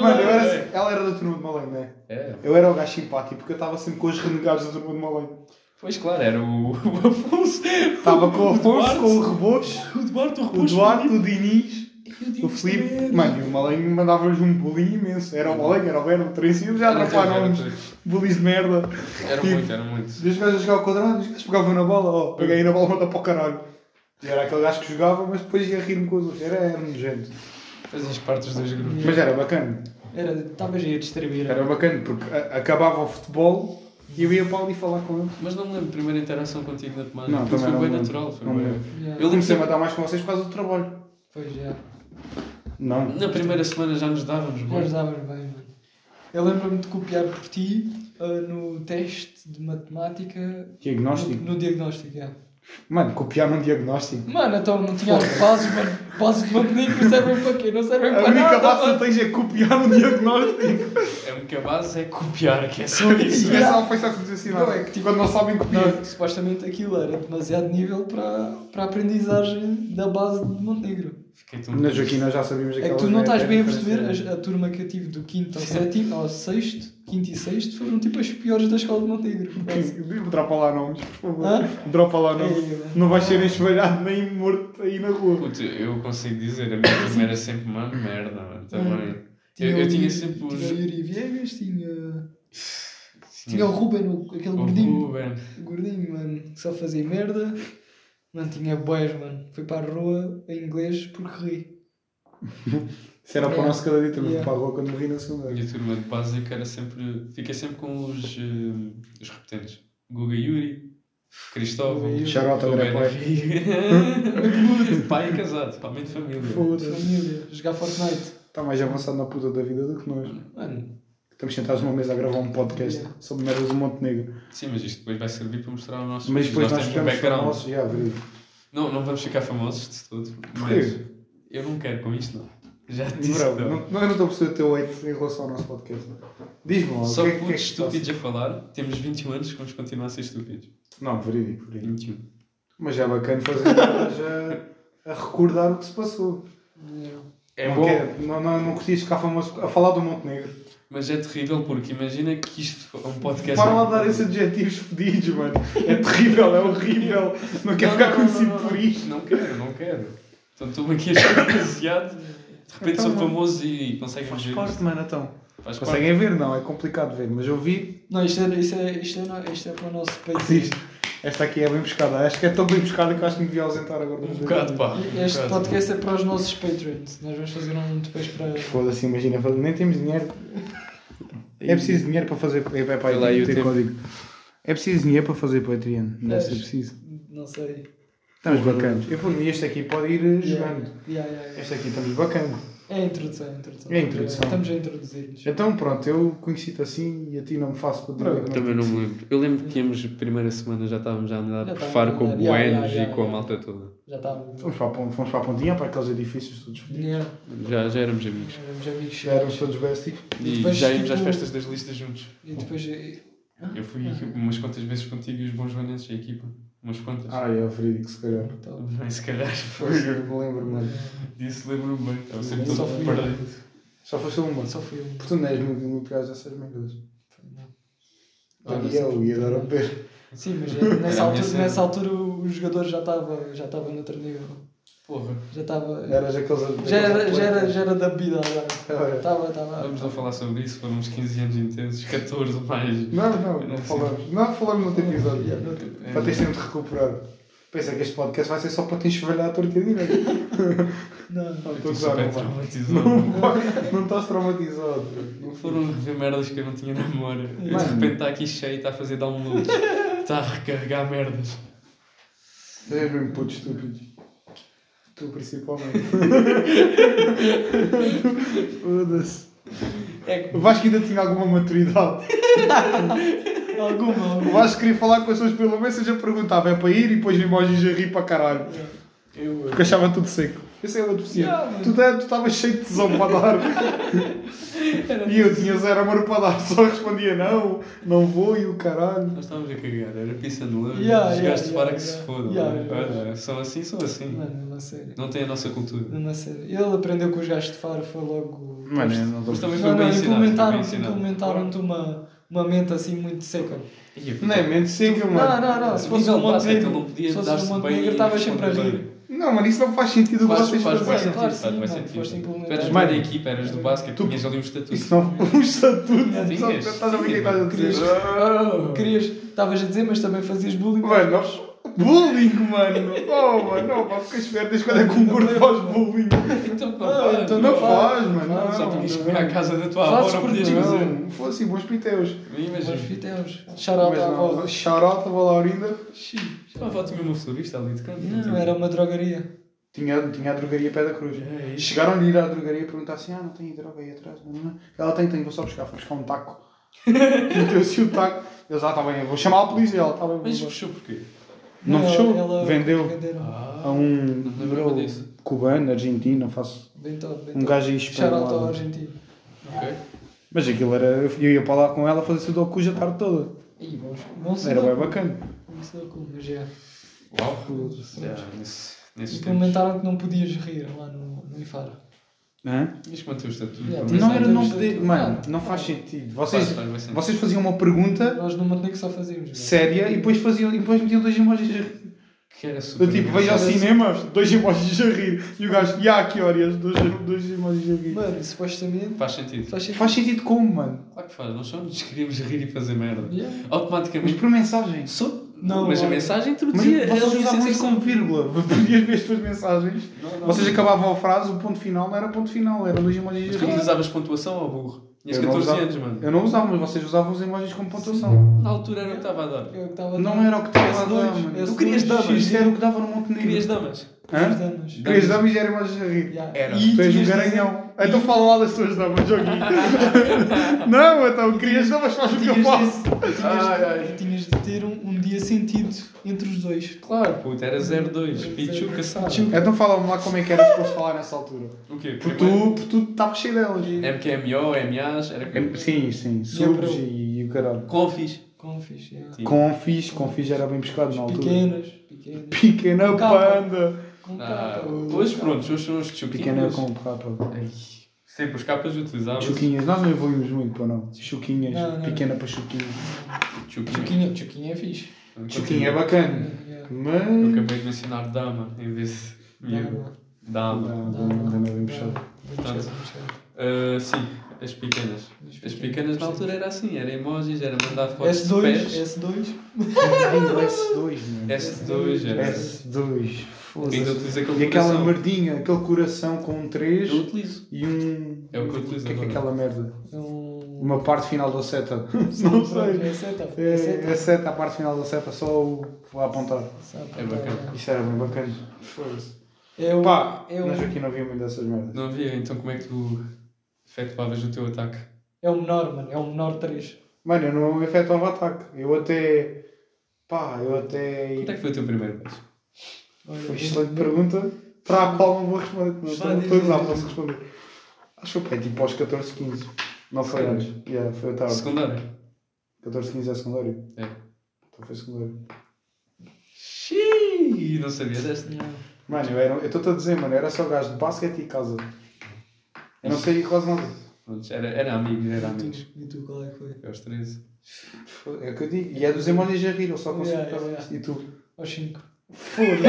Mano, eu era, assim, ela era da turma de Malém, não é? É. Eu era o gajo simpático porque eu estava sempre com os renegados da turma de Malém. Pois claro, era Um o, o Afonso. Estava com o Afonso, Duarte. com o Rebocho, O Duarte, o o Rebus. Duarte, o Diniz. Felipe. O Filipe, mano, e o Malenho mandava-lhes um bullying imenso. Era o Malenho, era o Berno, o Trencinho, já Era atraparam muito, nomes. Bullies de merda. Era muito, era muito. E os gajos a jogar ao quadrado, os gajos pegavam na bola, ó, peguei na bola, manda para o caralho. E era aquele gajo que jogava, mas depois ia rir-me com os outros. Era, era nojento. Fazias parte dos dois grupos. Mas era bacana. Era, estavas aí a distribuir. Era bacana, porque a- acabava o futebol e eu ia para ali falar com ele. Mas não me lembro da primeira interação contigo na tomada. Não, Aquilo também Ah, não então foi bem me lembro. natural. Foi Não me bem. lembro. Yeah. Eu lembro Comecei a sempre. matar mais com vocês por causa do trabalho. Pois já. Não. Na primeira semana já nos dávamos, Mas mano. estavas bem, mano. Eu lembro-me de copiar por ti ah, no teste de matemática. Diagnóstico. No, no diagnóstico, já. Mano, copiar num diagnóstico. Mano, então não tinha as bases, mano. Bases de matemática não servem para quê? Não servem A para única nada, base que mano. tens é copiar num diagnóstico. É um que a base é copiar, que é só isso. E essa ofensa à Não, é que, Quando assim, não sabem copiar. Não, supostamente aquilo era demasiado nível para, para a aprendizagem da base de Montenegro. Fiquei tão. Na Joaquim nós já sabíamos É que tu não estás bem a é perceber, a, a turma que eu tive do quinto ao sétimo, ao sexto, quinto e sexto, foram tipo as piores da escola de Montenegro. por acaso. Dropa lá nomes, por favor. Hã? Dropa lá nomes. É, Não vais ser enxovalhado nem morto aí na rua. Puto, eu consigo dizer, a minha turma era sempre uma merda, Hum. mano. Também. Eu- eu o- tinha sempre os- Tinha o Yuri Viegas, tinha. Tinha Tinha o Ruben, o- aquele Hum. o gordinho. Ruben. Gordinho, mano, que só fazia merda. Mano, tinha boés, mano. Fui para a rua em inglês porque ri. Isso era para o Yeah. nosso cadadito, eu não fui Yeah. para a rua quando morri na segunda. A minha turma de básica era sempre. Fiquei sempre com os, eh, os repetentes. Guga Yuri, Cristóvão, Guga Yuri. Xarota, Ruben agora Henrique. Pai casado, pá, mãe de família. Foda-se. Família, jogar Fortnite. Está Tá mais avançado na puta da vida do que nós. Mano, Estamos sentados numa mesa a gravar um podcast Yeah. sobre merdas do Montenegro. Sim, mas isto depois vai servir para mostrar o nosso. Mas depois nós temos um ficamos background. famosos. Yeah, verdade. Não, não vamos ficar famosos de todo. Mas Porquê? eu não quero com isto, não. Já te disse. Bro, que não. não, não, eu não estou a perceber o teu 8 em relação ao nosso podcast. Diz-me lá, Só o que é que, putos que é que se passa? estúpidos a falar, temos 21 anos que vamos continuar a ser estúpidos. Não, verídico, verídico. 21. Mas é bacana fazer homenagem a, a recordar o que se passou. É não, bom, quer- não, não, não curtias ficar famoso a falar do Montenegro. mas é terrível porque imagina que isto é um podcast. Para lá de dar esses adjetivos fedidos, mano. É terrível, é horrível. Não quer Não, ficar não, conhecido não, não, por não. isto. Não quero, não quero. Então estou-me aqui a achar demasiado. De repente Então, sou mano. famoso e conseguem Faz ver. parte, mano, então. Faz parte. Conseguem ver? Não, é complicado ver, mas eu vi. Não, isto é, isto é, isto é, no- isto é para o nosso país. Existe. Esta aqui é bem pescada. Acho que é tão bem pescada que eu acho que me devia ausentar agora. Um bocado, pá. um Este bocado. podcast é para os nossos Patreons. Nós vamos fazer um depois para. Foda-se, imagina. Nem temos dinheiro. É preciso dinheiro para fazer. É, é, pá, Olha aí o ter tempo. código. É preciso dinheiro para fazer Patreon. Não deve ser Dez. preciso. Não sei. Estamos bacanas. Eu por mim, este aqui pode ir eh, jogando. Yeah, yeah, yeah. Este aqui estamos bacana. É a introdução, é a introdução. É a introdução. Estamos a introduzir-nos. Então pronto, eu conheci-te assim e a ti não me faço para Eu também não me lembro. Eu lembro que íamos, primeira semana, já estávamos a andar Já por estávamos faro a com o andar, yeah, Buenos yeah, e com a yeah. malta toda. Já estávamos. Fomos para, a pon- fomos para a pontinha, para aqueles edifícios todos fodidos. Dinheiro. Já, já éramos amigos. Éramos amigos. Já um éramos todos besties. E, E depois, já íamos tipo, às festas das listas juntos. E depois. eh, Eu fui umas quantas vezes contigo e os bons valentes da equipa. Umas quantas. Ah, é, verídico, se calhar. Então, Bem, se calhar foi. Eu me lembro, mano. Disso lembro-me bem. Estava sempre Só todo fui perdido. Só foste uma. só fui um. Porque tu não és muito, muito gajo dessas merdas. Ah, não e eu ia dar um a beber. Sim, mas eh, Era nessa, a minha altura, cena. nessa altura o o jogador já estava já estava noutro nível. Porra. Já estava. Eras aqueles. um Já era, aqueles já era, já era da bebida agora. é. Era. Estava, estava. Vamos não falar sobre isso. Foram uns 15 anos intensos, 14 mais. Não, não, não falamos. Não, falamos no outro episódio. É, Para teres tempo de recuperar. Pensa que este podcast vai ser só para te enxovalhar a torta e direito. Não. Não, estou Estou a gozar, é super não vai. traumatizado. Não estás traumatizado. Não Foram rever merdas que eu não tinha na memória. E De Mano. repente está aqui cheio, está a fazer downloads. Está a recarregar merdas. És mesmo puto estúpido. Tu principalmente. Foda-se. É que O Vasco ainda tinha alguma maturidade. alguma. O Vasco queria falar com as pessoas pelo menos, já perguntava, é para ir e depois emojis a rir para caralho. Eu, Porque achava tudo seco. Esse era o deficiente. Tu te- tu estavas cheio de tesão para dar. e eu tinha zero amor para dar, só respondia não, não vou e o caralho. Nós estávamos a cagar, era pizza no lama. Yeah, os yeah, gajos de fora yeah, que se yeah. fodam. Yeah, né? yeah. Olha, São assim, são assim. Mano, não sério. Não tem a nossa cultura. Não sério. Ele aprendeu com os gajos de faro, foi logo. não Mas também foi Não, bem não, ensinado. implementaram- foi bem ensinado. implementaram-te uma, uma mente assim muito seca. Ia, puta, Não é mente seca, Não, mano. não, não. Se Nível fosse um monte basquete, ele negro, não podia se fosse dar-se um monte bem negro, e estava sempre a responder rir. Não, mano, isso não faz sentido Faz, vocês faz, fazerem. faz sentido, claro, faz, sim, faz mano, foste sentido. Tu implementar. eras Mano, mais da equipa, eras do basquet, tu- tinhas ali um estatuto. Isso não um estatuto. Tinhas, Só que Estás a ver o que é que estás a dizer? tinhas. Ah, Querias, estavas a dizer, mas também fazias bullying. Mano, bullying, mano. Oh, mano, oh, pá, fica esperto, desde quando é que um gordo faz bullying? Então, pá, Ah, vai, então Não vai. faz, mano. Não, Só tinhas que chegar à casa da tua avó, Fazes não por podias não. fazer. Não, fosse bons piteus. Imagina. Mas fitemos. Shout-out Mas à avó. não, Charota, Valaurinda. Tua avó tinha uma florista ali de canto. Não, era uma drogaria. Tinha, tinha a drogaria Pé da Cruz. Chegaram-lhe a ir à drogaria e perguntar assim: Ah, não tem droga aí atrás? Não, não. Ela tem, tem, vou só buscar, foi buscar um taco. Meteu-se o taco. Eles, ah, tá bem, eu vou chamar a polícia. Ela, tá bem, vou Mas embora." fechou porquê? Ah, Não fechou? ela- Vendeu. Venderam. a um Não me lembrava disso. cubano, argentino, faço Bem top, bem um top. gajo um- aí Shout-out ao espanhol. argentino. Ok. Mas aquilo era, eu ia para lá com ela fazer sudokus a tarde toda. Ih, bons. Bom Era bem sudoku. bacana. Bom sudoku, mas é. Uau. Já, nesse- nesses tempos. Implementaram que não podias rir lá no... nem fara. Hã? Diz quanto é o estatuto. Yeah, pá. Mas Não não era não temos poder. tanto- Mano, Ah, não faz sentido. Vocês, Faz, faz bastante. vocês faziam uma pergunta Nós no Montenegro só fazíamos. né? velho. séria e depois, faziam, e depois metiam dois emojis Que era super. Eu tipo, vejo ao engraçado. cinema, dois emojis a rir. E o gajo, e há aqui horas, dois, dois emojis a rir. Mano, supostamente. Faz sentido. Faz sentido. Faz sentido como, mano? Claro que faz. Nós só nos queríamos rir e fazer merda. Yeah. Mas Automaticamente. por mensagem. Só... Não, Não, mas a olha. mensagem Mas introduzia. vocês ela ia usavam ser isso sempre- como vírgula. Podias ver as tuas mensagens. assim. Não, não. Vocês acabavam a frase, o ponto final não era ponto final, eram dois emojis Mas a tu rir. utilizavas pontuação ou burro? Tinhas Eu não 14 usava. anos, mano. Eu não usava, mas vocês usavam os emojis como pontuação. Na altura era o que estava a dar. Eu que estava. Não era o que estava a dar, S2, mano. S2, Tu querias damas. Isto era o que dava no Montenegro. Querias damas? Os Hã? damas. Querias damas e era emojis a rir. Yeah. Era. E tu és um tinhas de garanhão. Então fala lá das tuas damas, joguinho. não, então querias damas, faz o que eu Tinhas faço. de- tinhas de- Tinhas de ter um, um dia sentido entre os dois. Claro, puto, era 02. Era Pichu zero. caçado. Pichu. Então fala-me lá como é que era suposto falar nessa altura. O quê? Porque Primeiro- é tu, porque tu estavas cheio delas. MQMO, MAs, era É, como. Sim, sim. Subs É- e, e o caralho. Confis. Tipo, Confis, yeah. Sim. Confis, confis era bem pescado na altura. Pequenas, pequenas. Pequena Capa. panda. é Com Ah, capa. hoje, pronto, hoje são os Pequena chuquinhos. com capa. Ai, Sempre os capas utilizavas. Chuquinhas, nós não evoluímos muito, para não. Chuquinhas, Não, não. pequena para chuquinhas. Chuquinho. Chuquinha, Chuquinha é fixe. Chuquinha é bacana. Hum. Yeah. Eu Mas. acabei de mencionar dama em vez de miúdo. Dama, Não, Dama. não, dama, não, não é bem dama. puxado. Bem puxado, bem puxado. Ah, sim, as pequenas. As pequenas na altura era assim, era emojis, era mandar fotos de S2, pés. S2. Ainda S2, mano. S2, era. S2. Ainda é? Foda-se. utilizo aquele E aquela coração. merdinha, aquele coração com um 3 Eu utilizo. e um. É o que eu utilizo O que é que é agora. aquela merda? É um- Uma parte final do seta. Não sei. É setup, É, é setup. é seta, a parte final da seta, só o a apontar. Sabe, É bacana. Isso era bem bacana. Foda-se. É o. Pá, é, mas o aqui não havia muito dessas merdas. Não havia, então como é que tu efetuavas o teu ataque? é o menor, mano. É o menor 3. Mano, eu não efetuava ataque. Eu até. Pá, eu até. Quanto é que foi o teu primeiro beijo? Foi excelente pergunta para a qual não vou responder. Não estou não estou a usar, posso responder. Acho que foi pá, tipo aos 14, 15. Não foi Sério? antes. Yeah, foi tarde. Secundário? 14, 15 é secundário. É. Então foi secundário. Xiii, não sabia desta. Mano, eu era. um, Eu estou-te a dizer, mano, eu era só gajo de basquete e casa. Eu não saía quase nada. Pronto, era, era amigo, era amigo. E tu, qual é que foi? Eu aos 13. É o que eu digo. E é dos emojis a rir, eu só consigo Yeah, fazer yeah, isso. E tu? Aos 5. Foda-se.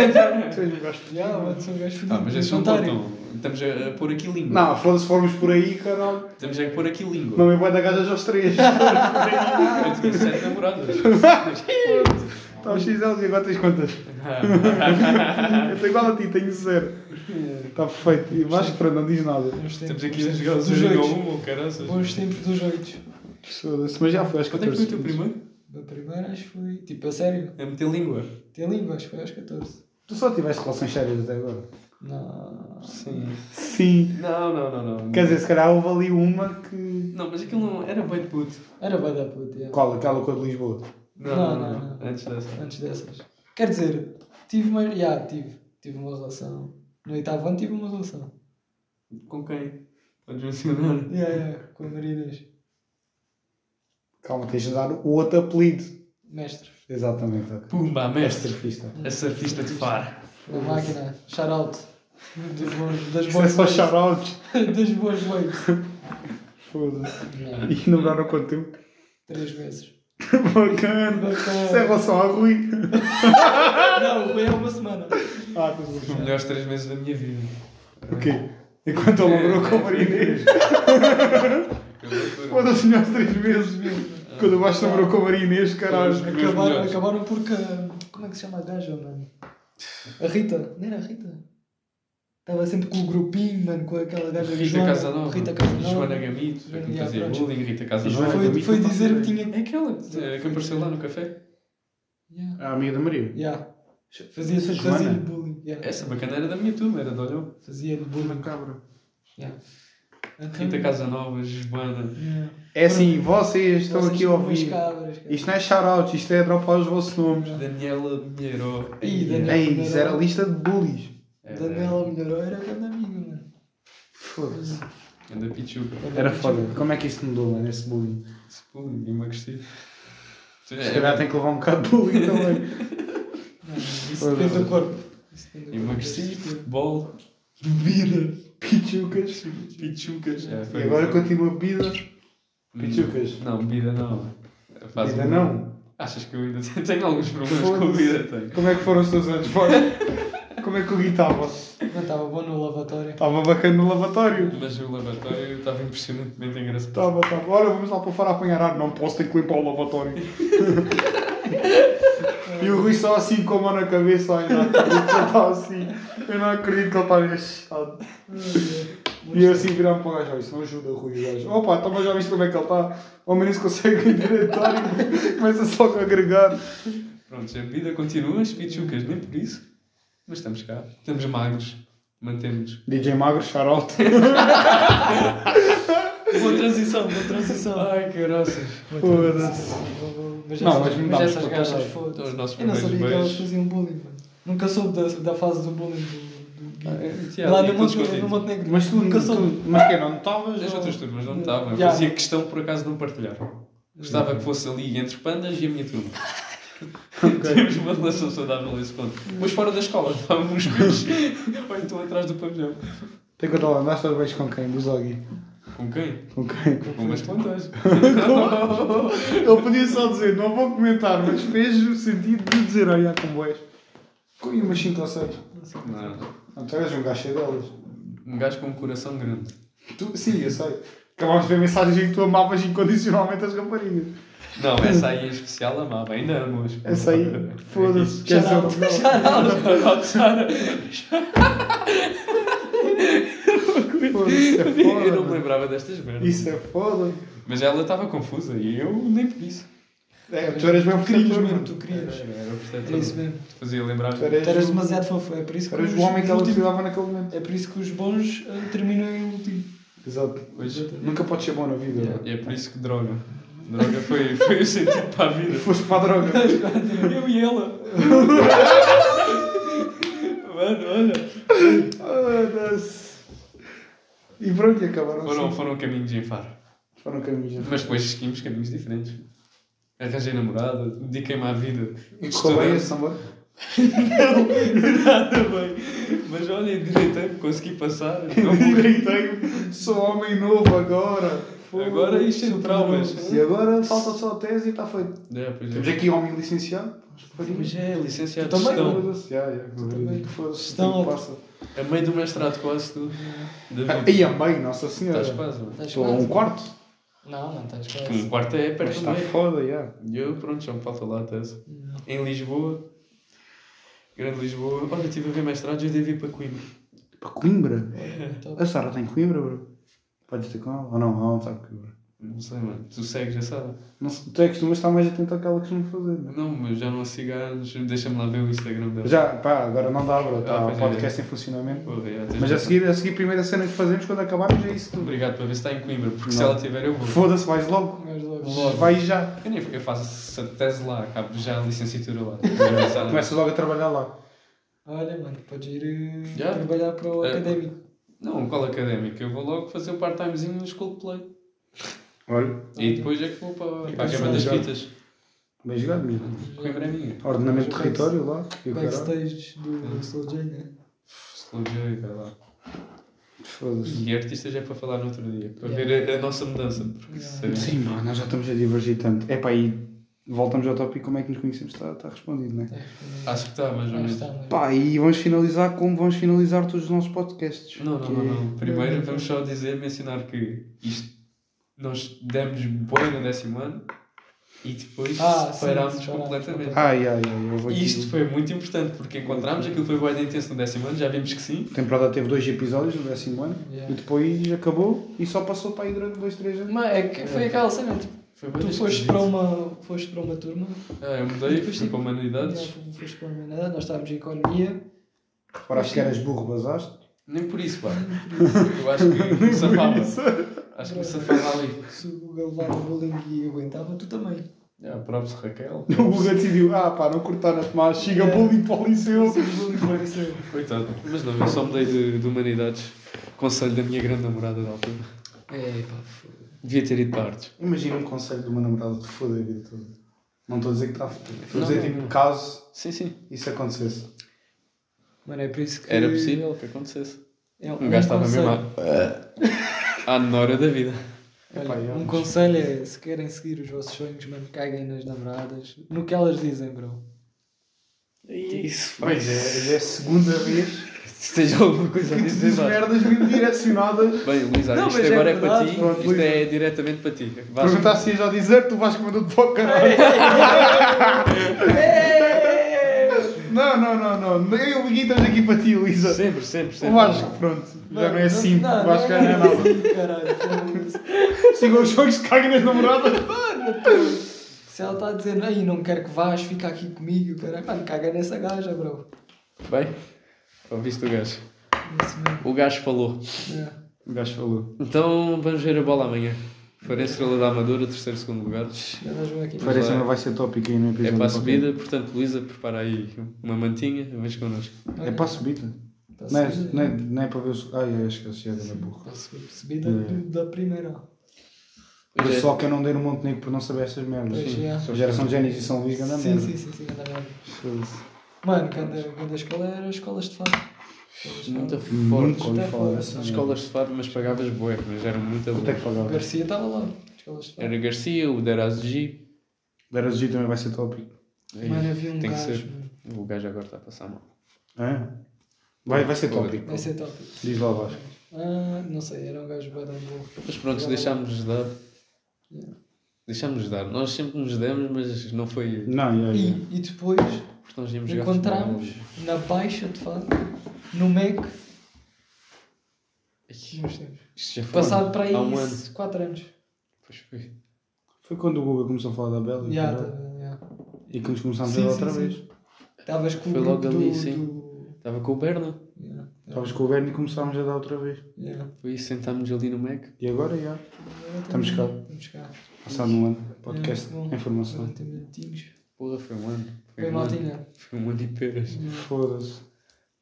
tu és um gajo Já, fodido. mano, sou um gajo fodido. Tá, mas esses não Otário. contam. Estamos a, a pôr aqui língua. Não, foda-se, formos por aí, caralho. Estamos a pôr aqui língua. Não me boa da gajas aos três. Eu tinha sete namoradas. Está aos 6 anos e agora tens é quantas? eu estou igual a ti, tenho zero. Está perfeito. E mais que pronto, não diz nada. Bons tempos, Estamos aqui a bons jogar tempos os dos jogo oitos. um, caraças. Bons tempos dos oito. Foda-se, mas já foi, acho que Quanto é que foi o teu primeiro? A primeira acho que foi. Tipo, a sério. A meter língua. Tem língua, acho que foi aos 14. Tu só tiveste relações sérias até agora? Não. Sim. Sim. Não, não, não, não. Quer dizer, se calhar houve ali uma que. Não, mas aquilo não era bem de puto. Era bué da puta, yeah. Qual? Aquela com a de Lisboa? Não, Não, não, não. não, não. Antes dessa. antes dessas. Quer dizer, tive uma. Já, tive. Tive uma relação. No oitavo ano tive uma relação. Com quem? Podes mencionar. Yeah, yeah, com a Maria Inês. Calma, tens de dar o outro apelido. Mestre. Exatamente, ok. Pumba, mestre. Surfista. A surfista de far. Da máquina. Shout-out. Dos bons- Das Isso é boas só waves. shoutouts. Das boas waves. Foda-se. Não, E namoraram quanto tempo? Três meses. Bacana. Isso é em relação ao Rui. Não, o Rui é uma semana. Ah, tens razão. Os melhores três meses da minha vida. O quê? Enquanto É. ele namorou com a Maria Inês. Foda-se, melhores três vezes mesmo. Quando o Baixo namorou com a Maria Inês, caralho. Meus Acabaram, melhores. acabaram porque. Como é que se chama a gaja, mano? A Rita. Não era a Rita? Estava sempre com o grupinho, mano, com aquela gaja Rita Joana- Casanova. Rita Casanova. Joana Gamito. a Que Joana- fazia pronto. bullying. Rita Joana- Casanova. Foi, Gamito foi não faço dizer que ideia. tinha. É aquela eh, que apareceu lá no café. Yeah. A amiga da Maria. Yeah. Fazia-se Joana? fazia bullying. Yeah. Essa bacana era da minha turma, era de olhão. Fazia-lhe Uma bullying. cabra. Yeah. Rita Casanova, Joana. Yeah. É assim, vocês estão Vocês aqui a são umas ouvir. cabras, cara. Isto não é shoutouts, isto é dropar os vossos nomes. Daniela Pinheiro. Ih, Daniela. Ei, isso era a lista de bullies. Daniela melhorou, era grande amiga, né? mano. Foda-se. Anda Pichuca. Era foda. Como é que isso mudou, mano, esse bullying? Se bullying, emagreci. Se É, calhar tem que levar um bocado de bullying também. tipo, Não, Isso depende do corpo. Isso depende do corpo. Emagreci, futebol, Bebida. Pichucas. Pichucas. Yeah, E foi- agora foi- continua bebida. Hum, Pichucas. Não, bebida não. Faz Bebida um- não. Achas que eu ainda tenho alguns problemas com Foda-se. bebida? Tenho. Como é que foram os teus anos fora? Como é que o Gui estava? Não estava bom no lavatório. Estava bacana no lavatório. Mas o lavatório estava impressionantemente engraçado. Tá Estava, estava. Tá, Olha, vamos lá para fora apanhar ar. Não posso, ter que limpar o lavatório. e o Rui só assim com a mão na cabeça. Ai, não acredito que ele está assim. Eu não acredito que ele está neste estado. E eu assim virar-me para o gajo. "Olha, Isso não ajuda, Rui. o gajo. Opa, então mas já viste como é que ele está? Ao menos consegue endireitar e começa só a agregar. Pronto, a bebida continua, as pichucas, nem por isso. Mas estamos cá. Estamos magros. Mantemos. DJ Magro, charote. Boa transição, boa transição. Ai, caroças. Foda-se. Mas Não, essas, mas me mas dá essas para gajas, pensar. Então, os foda-se. nossos Eu não sabia que primeiros elas faziam bullying, mano. Nunca soube da, da fase do bullying do, do Gui. Yeah, Lá e no todos Monte- no contentes. Montenegro. Mas tu, nunca soube. Hum, tu mas que é, não estavas? As ou- outras turmas não estavam. Eu Yeah. fazia questão, por acaso, de não partilhar. Gostava que fosse ali entre pandas e a minha turma. Temos uma relação saudável nesse ponto. Mas fora da escola, estávamos juntos. Ou então atrás do pavilhão. Tem que contar lá, andaste aos beijos com quem? Do Zoggy. Com quem? Com quem? Com umas plantas. Ele podia só dizer, não vou comentar, mas fez o sentido de dizer, olha, com boés. Com umas 5 ou 6. Não. é? Não, tu eras um gajo cheio delas. Um gajo com um coração grande. Tu, sim, eu sei. Acabámos de ver mensagens em que tu amavas incondicionalmente as raparigas. Não, essa aí em especial amava. Ainda amo. mas- Essa aí, foda-se. Já esquece a não, Portugal. já não. Foda-se, isso é foda. Eu não me mano. lembrava destas merdas. Isso é foda. Mas ela estava confusa e eu nem por isso. É, tu eras bem Tu querias protetor, mesmo, mano. tu querias. Era É isso mesmo. Te fazia lembrar. Tu Tu eras eras, o- demasiado fofo. É por isso que eras os o homem que ela últimos- precisava naquele momento. É por isso que os bons eh, terminam em último. Exato. Hoje. Nunca podes ser bom na vida. mano. E é por isso que droga. Droga foi, foi o sentido para a E vida. foste para a droga. Eu e ela. Mano, olha. Foda-se. E pronto, e acabaram Foram, assim. foram caminhos em faro. Foram caminhos. Mas depois seguimos caminhos diferentes. Arranjei namorada, dediquei-me à vida. E correu bem esse Estudei. namoro? Nada bem. Mas olha, direitei consegui passar. então Não morri. Direitei, sou homem novo agora. Foda-se. Agora isto é traumas. E agora falta só a tese e está feito. É, pois Temos é. aqui um homem licenciado. Mas é, licenciado de Também, gestão. Foda-se, já, já, também. é, que foda-se, Estão- tempo passa. A meio do mestrado quase tudo. Da vida. Ah, E a mãe, Nossa Senhora. Estás quase, mano. Estás Estou a um Tá Hum. quase? quarto. Não, não estás Um quase. quarto é Mas tá perto do está meio. foda, já. E eu, pronto, já me falta lá a tese. Em Lisboa, Grande Lisboa. Olha, estive a ver mestrados e eu devo ir para Coimbra. Para Coimbra? Então, A Sara tem Coimbra, bro? Podes ter com ela? Ou não, ela não sabe Coimbra. Não sei, mano. Tu segues a sala? Não, sei- tu é que costumas estar mais atento àquela que costuma fazer, não é? Não, mas já não a sigo há anos. Deixa-me lá ver o Instagram dela. Já, pá, agora não dá, bro. Ah, Está o pois é. podcast em funcionamento. Porra, já tens Mas a razão. seguir, a seguir, a primeira cena que fazemos quando acabarmos é isso. tudo. Obrigado para ver se está em Coimbra, porque se Não. ela tiver eu vou. Foda-se, vais logo. mas Um logo. Logo. Vai já. Eu, nem, eu faço a tese lá, acabo já a licenciatura lá. Começa. Começas logo a trabalhar lá. Olha, mano, podes ir eh, Já? trabalhar para o É. académico. Não, qual académico? Eu vou logo fazer o part-timezinho no Schoolplay. Olha, E depois é que vou para, para a Mas Câmara das já- Fitas. bem jogado mesmo. Coimbra é minha. Ordenamento de território lá. e o caralho. Backstage do do Slow J, né? Slow J, vai lá. Foda-se. E artistas é para falar no outro dia, para ver a, a nossa mudança. Porque Yeah. sabemos- Sim, mano, nós já estamos a divergir tanto. É pá, e voltamos ao tópico como é que nos conhecemos. Está tá respondido, não é? acho que está, mais Mas ou menos. está, mas- Pá, e vamos finalizar como vamos finalizar todos os nossos podcasts. Não, não, Que não, não. Primeiro Não, não. vamos só dizer, mencionar que isto nós demos boi no décimo ano e depois Ah, sim, separámos separámos completamente. é. Ai, ai, ai, eu vou E isto aqui. foi muito importante porque encontramos aquilo foi boi intenso no décimo ano, já vimos que sim. A temporada teve dois episódios no décimo ano Yeah. e depois acabou e só passou para aí durante dois, três anos. Mas é que foi aquela cena, tipo, Foi bué tu foste esquisito. para uma, foste para uma turma, Ah, eu mudei, Depois fui tipo- para Humanidades. já foste para uma nada, nós estávamos em economia, Para acho que eras burro, basaste. Nem por isso, pá. Eu acho que me safava. Acho que me safava ali. se o Google levava bullying e aguentava, tu também. Ah, próprio Raquel. O Google decidiu, ah pá, não cortar a tomar, chega bullying para o liceu. Coitado. Mas não, eu só mudei de, de Humanidades. Conselho da minha grande namorada da altura. É, pá, foda. Devia ter ido para artes. Imagina um conselho de uma namorada de foder a vida toda. Não estou a dizer que está a foder. Estou a Não, dizer, não, tipo, não. caso Sim, sim. isso acontecesse. Mano, é por isso que. Era possível que acontecesse. É Um gajo estava conselho. mesmo à- à Nora da vida. Olha, Epá, é, um mas- conselho é, se querem seguir os vossos sonhos, mano, caguem nas namoradas. No que elas dizem, bro. Isso, Pois é, já é a segunda vez Se tens alguma coisa a que tu dizer, dizes vá. merdas bem direcionadas. Bem, Luísa, Não, isto mas é agora é, para verdade. ti, Pronto, isto Luísa. é diretamente para ti. Vais- Perguntar se ias ao dizer, tu vais comandando para o caralho. Não, não, não, não. Eu liguei estamos aqui para ti, Luísa. Sempre, sempre, sempre. O Vasco, pronto. Já não é assim. O Vasco já não é nada. assim, caralho, foda-se. Sigam os jogos, caguem nas namoradas. Se ela está a dizer, não, não quero que vás, fica aqui comigo, caralho. Mano, caga nessa gaja, bro. Bem, ouviste o gajo. Isso mesmo. O gajo falou. É. O gajo falou. Então vamos ver a bola amanhã. Parece Estrela da Amadora, terceiro, segundo lugar. Já nós vamos aqui. Parece que não vai ser tópico aí no É para a subida, portanto, Luísa, prepara aí uma mantinha, vens connosco. Olha, É tá subida. para subir. não é para ver o. Ai, acho que já é burro. Para subir, Tá subida É. do- da primeira. Pois é. Pessoal que eu não dei no Montenegro por não saber essas merdas. Pois é. A geração de Génis e São Luís anda Sim, merda. sim, sim, sim, anda merda. Mano, quando, quando a escola era escolas de fado. Escolas de Muito fado. forte. ouvi falar dessa dessa Escolas de fado, mas pagavas bué, mas eram muito Quanto é que boas. O pagava? Garcia estava lá. Escolas de fado. Era Garcia, o Derazugi. Era G também vai ser tópico. Mano, havia um Tem que gajo. ser. mano. O gajo agora está a passar mal. Hã? Vai, vai ser Foda. tópico. Vai ser top. Diz lá, Vasco. Ah, não sei, era um gajo badão bom. Mas pronto, deixámos-nos dar. Yeah. Deixámos-nos dar. Nós sempre nos demos, mas não foi. Não, já, já. E, e depois Porque nós íamos jogar encontramos na Baixa de Fado, no Mac, nos futebol. tempos. Isto já foi Passado para aí há um ano. 4 anos. Pois foi. Foi quando o Google começou a falar da Bela e Já, tá caralho. já. e que nos começámos Sim, a ver sim, outra sim. vez. Estavas com o Foi grupo logo ali, do- sim. do- Estava com o Berna. Yeah, Estavas com o Bernie e começámos a dar outra vez. yeah. Foi isso, sentámos ali no Mac. E agora já. Estamos cá. Estamos cá. Passado um ano. Podcast. É, bom. Informação. 40 minutinhos. Porra, foi um ano. Foi, Foi um ano. maltinha. Foi um ano e peras. Foda-se.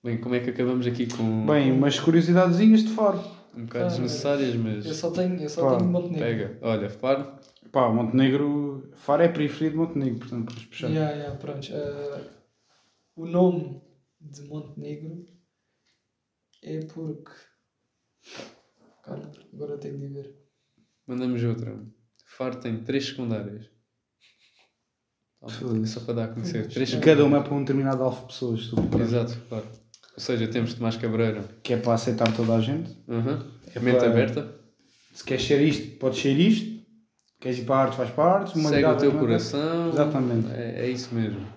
Bem, como é que acabamos aqui com Bem, umas curiosidadezinhas de fora. um bocado Ah, desnecessárias, Eu mas só tenho, eu só Pá, tenho Montenegro. pega. Olha, Faro, Pá, Montenegro. Faro é periferia de Montenegro, portanto, vamos puxar. Yeah, yeah, pronto. Ah, o nome de Montenegro é porque. Calma, agora tenho de ver. mandamos outra. Faro tem três secundárias. Toma, Foda-se. Só para dar a conhecer. Três Cada uma é para um determinado alvo de pessoas, se tu procurares. Exato, claro. Ou seja, temos Tomás Cabreira. que é para aceitar toda a gente. Uhum. É Mente para- aberta. Se queres ser isto, podes ser isto. Queres ir para a arte, vais para a arte. Segue o Humanidade, teu vai para a arte. coração. Exatamente. É, é isso mesmo.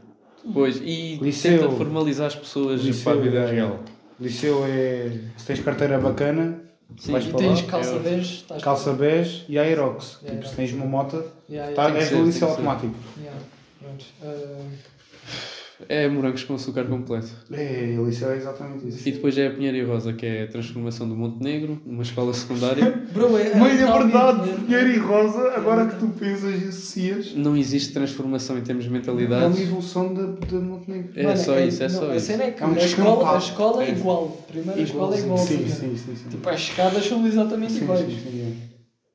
Pois, e Liceu. tenta formalizar as pessoas Liceu, para a vida é. real. Liceu é. Se tens carteira bacana, Sim, vais E para tens lá. calça É 10, estás Calça bege e Aerox. É, tipo, é. se tens uma moto, Yeah, tá, que és ser, do tem liceu que ser. automático. yeah, pronto. Ah, É morangos com açúcar completo. É, liceu é exatamente isso. E depois é a Pinheiro e Rosa, que é a transformação do Montenegro numa escola secundária. bro, é. Mas é totalmente- verdade, dinheiro e rosa, agora que tu pensas e associas, Não existe transformação em termos de é uma mentalidade. evolução de, de Montenegro. É Mano, só isso, é não, só a isso. cena é que É um a, escola, descampado. a escola é É. igual. Primeiro a escola é igual. Sim, assim, sim, sim. sim. Tipo, as escadas são exatamente Sim, iguais. sim, sim,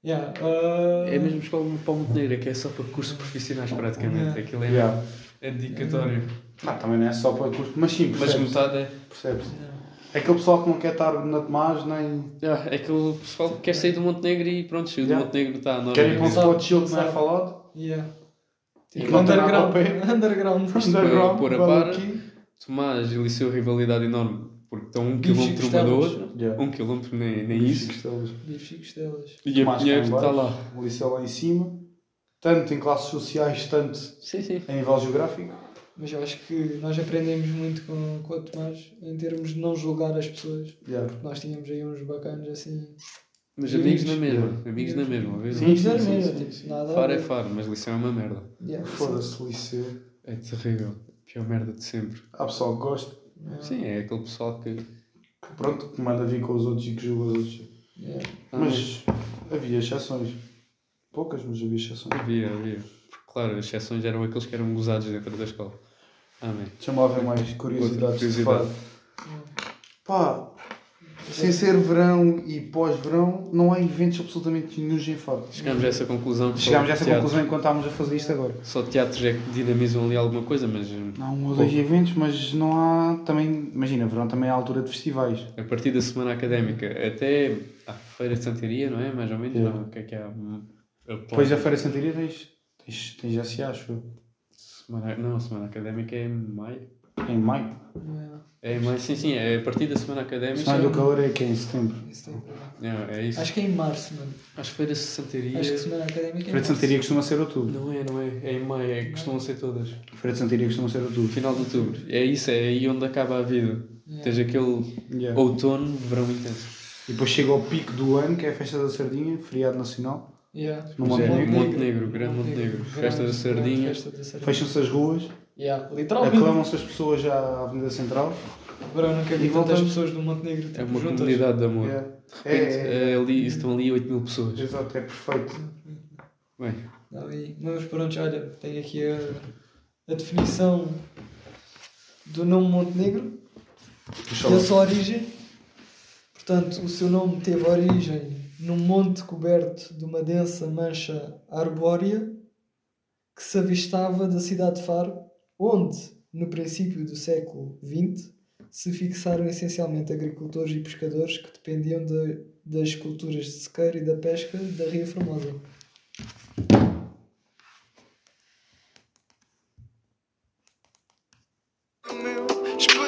Yeah, ah, É mesmo escola para o Montenegro, é que é só para cursos profissionais praticamente. É. Aquilo é. é, Yeah. é dedicatório. Ah, também não é só para curto, mas sim, Mas percebes. metade é. percebes. yeah. É aquele pessoal que não quer estar na Tomás, nem. Ah, é aquele pessoal que quer sair do Montenegro e pronto, saiu do Yeah. Montenegro tá, está a norma. Querem ir para um Sabe, spot chill que não é sabe. falado. Yeah. E Tipo, não tem nada ao é underground. Underground. Underground, pôr a vale par. aqui. Tomás e Liceu, rivalidade enorme, porque estão um Bicho quilómetro uma da Costelas. outra. Yeah. Um quilómetro nem, nem isso. Estrelas. Bichos delas. E a Tomás Pinheiro cá em está baixo, lá. O liceu lá em cima. Tanto em classes sociais, tanto Sim, sim. a nível geográfico. Mas eu acho que nós aprendemos muito com, com a Tomás em termos de não julgar as pessoas. Yeah. Nós tínhamos aí uns bacanas assim. Mas Sim. amigos na mesma. Amigos na mesma. vês? Sim, Zero sim, mesmo, sim, tipo, sim. nada. a Faro é ver. faro, mas Liceu é uma merda. Yeah, Foda-se, liceu. É terrível. Pior merda de sempre. Há pessoal que gosta, yeah, Sim, é aquele pessoal que. que pronto, que manda vir com os outros e que julga os outros. yeah. Ah, Mas havia exceções. Poucas, mas havia exceções. Havia, havia. Porque, claro, as exceções eram aqueles que eram gozados dentro da escola. Amém. Deixa-me lá ver mais curiosidades. Outra de curiosidade. fado. Hum. Pá, sem ser verão e pós-verão, não há eventos absolutamente nenhum em Faro. Chegámos a essa conclusão. que só Chegámos a essa teatros- conclusão enquanto estávamos a fazer isto agora. Só teatros é que dinamizam ali alguma coisa, mas hum, Há um ou dois eventos, mas não há também. Imagina, verão também é a altura de festivais. a partir da semana académica até à Feira de Santaria, não é? Mais ou menos, Yeah. não? O que é que há? Hum, a Depois da ponte- Feira de Santaria tens, tens, tens SA, acho eu. semana- Não, a semana académica é em maio. Em maio. É em maio, sim, sim, é a partir da semana académica. Semana do Calor é que é em setembro. Isso tem problema. Não, é isso. eh, Acho que é em março, mano. As feiras de Santaria. Acho que semana académica é em Feira de março. Santaria costuma ser outubro. Não é, não é. É em maio, é que costumam ser todas. Feira de Santaria costuma ser No outubro. final de outubro. É isso, é aí onde acaba a vida. Yeah. Tens aquele Yeah. outono, verão intenso. E depois chega ao pico do ano, que é a festa da sardinha, feriado nacional. Yeah. No Pois é, Montenegro. Montenegro, grande Montenegro. Festa da Grande Sardinha. Festa da Sardinha. Fecham-se as ruas, Yeah. Literalmente. aclamam-se as pessoas à Avenida Central. Agora eu nunca vi E tantas voltamos. pessoas do Montenegro tipo, É uma juntas. comunidade de amor. Yeah. De repente, é ali, estão ali 8 mil pessoas. Exato, é perfeito. Bem, Tá Ali. Mas pronto, olha, tem aqui a, a definição do nome Montenegro e a sua origem. Portanto, o seu nome teve origem num monte coberto de uma densa mancha arbórea que se avistava da cidade de Faro, onde, no princípio do século XX, se fixaram essencialmente agricultores e pescadores que dependiam da- das culturas de sequeiro e da pesca da Ria Formosa. O meu espaço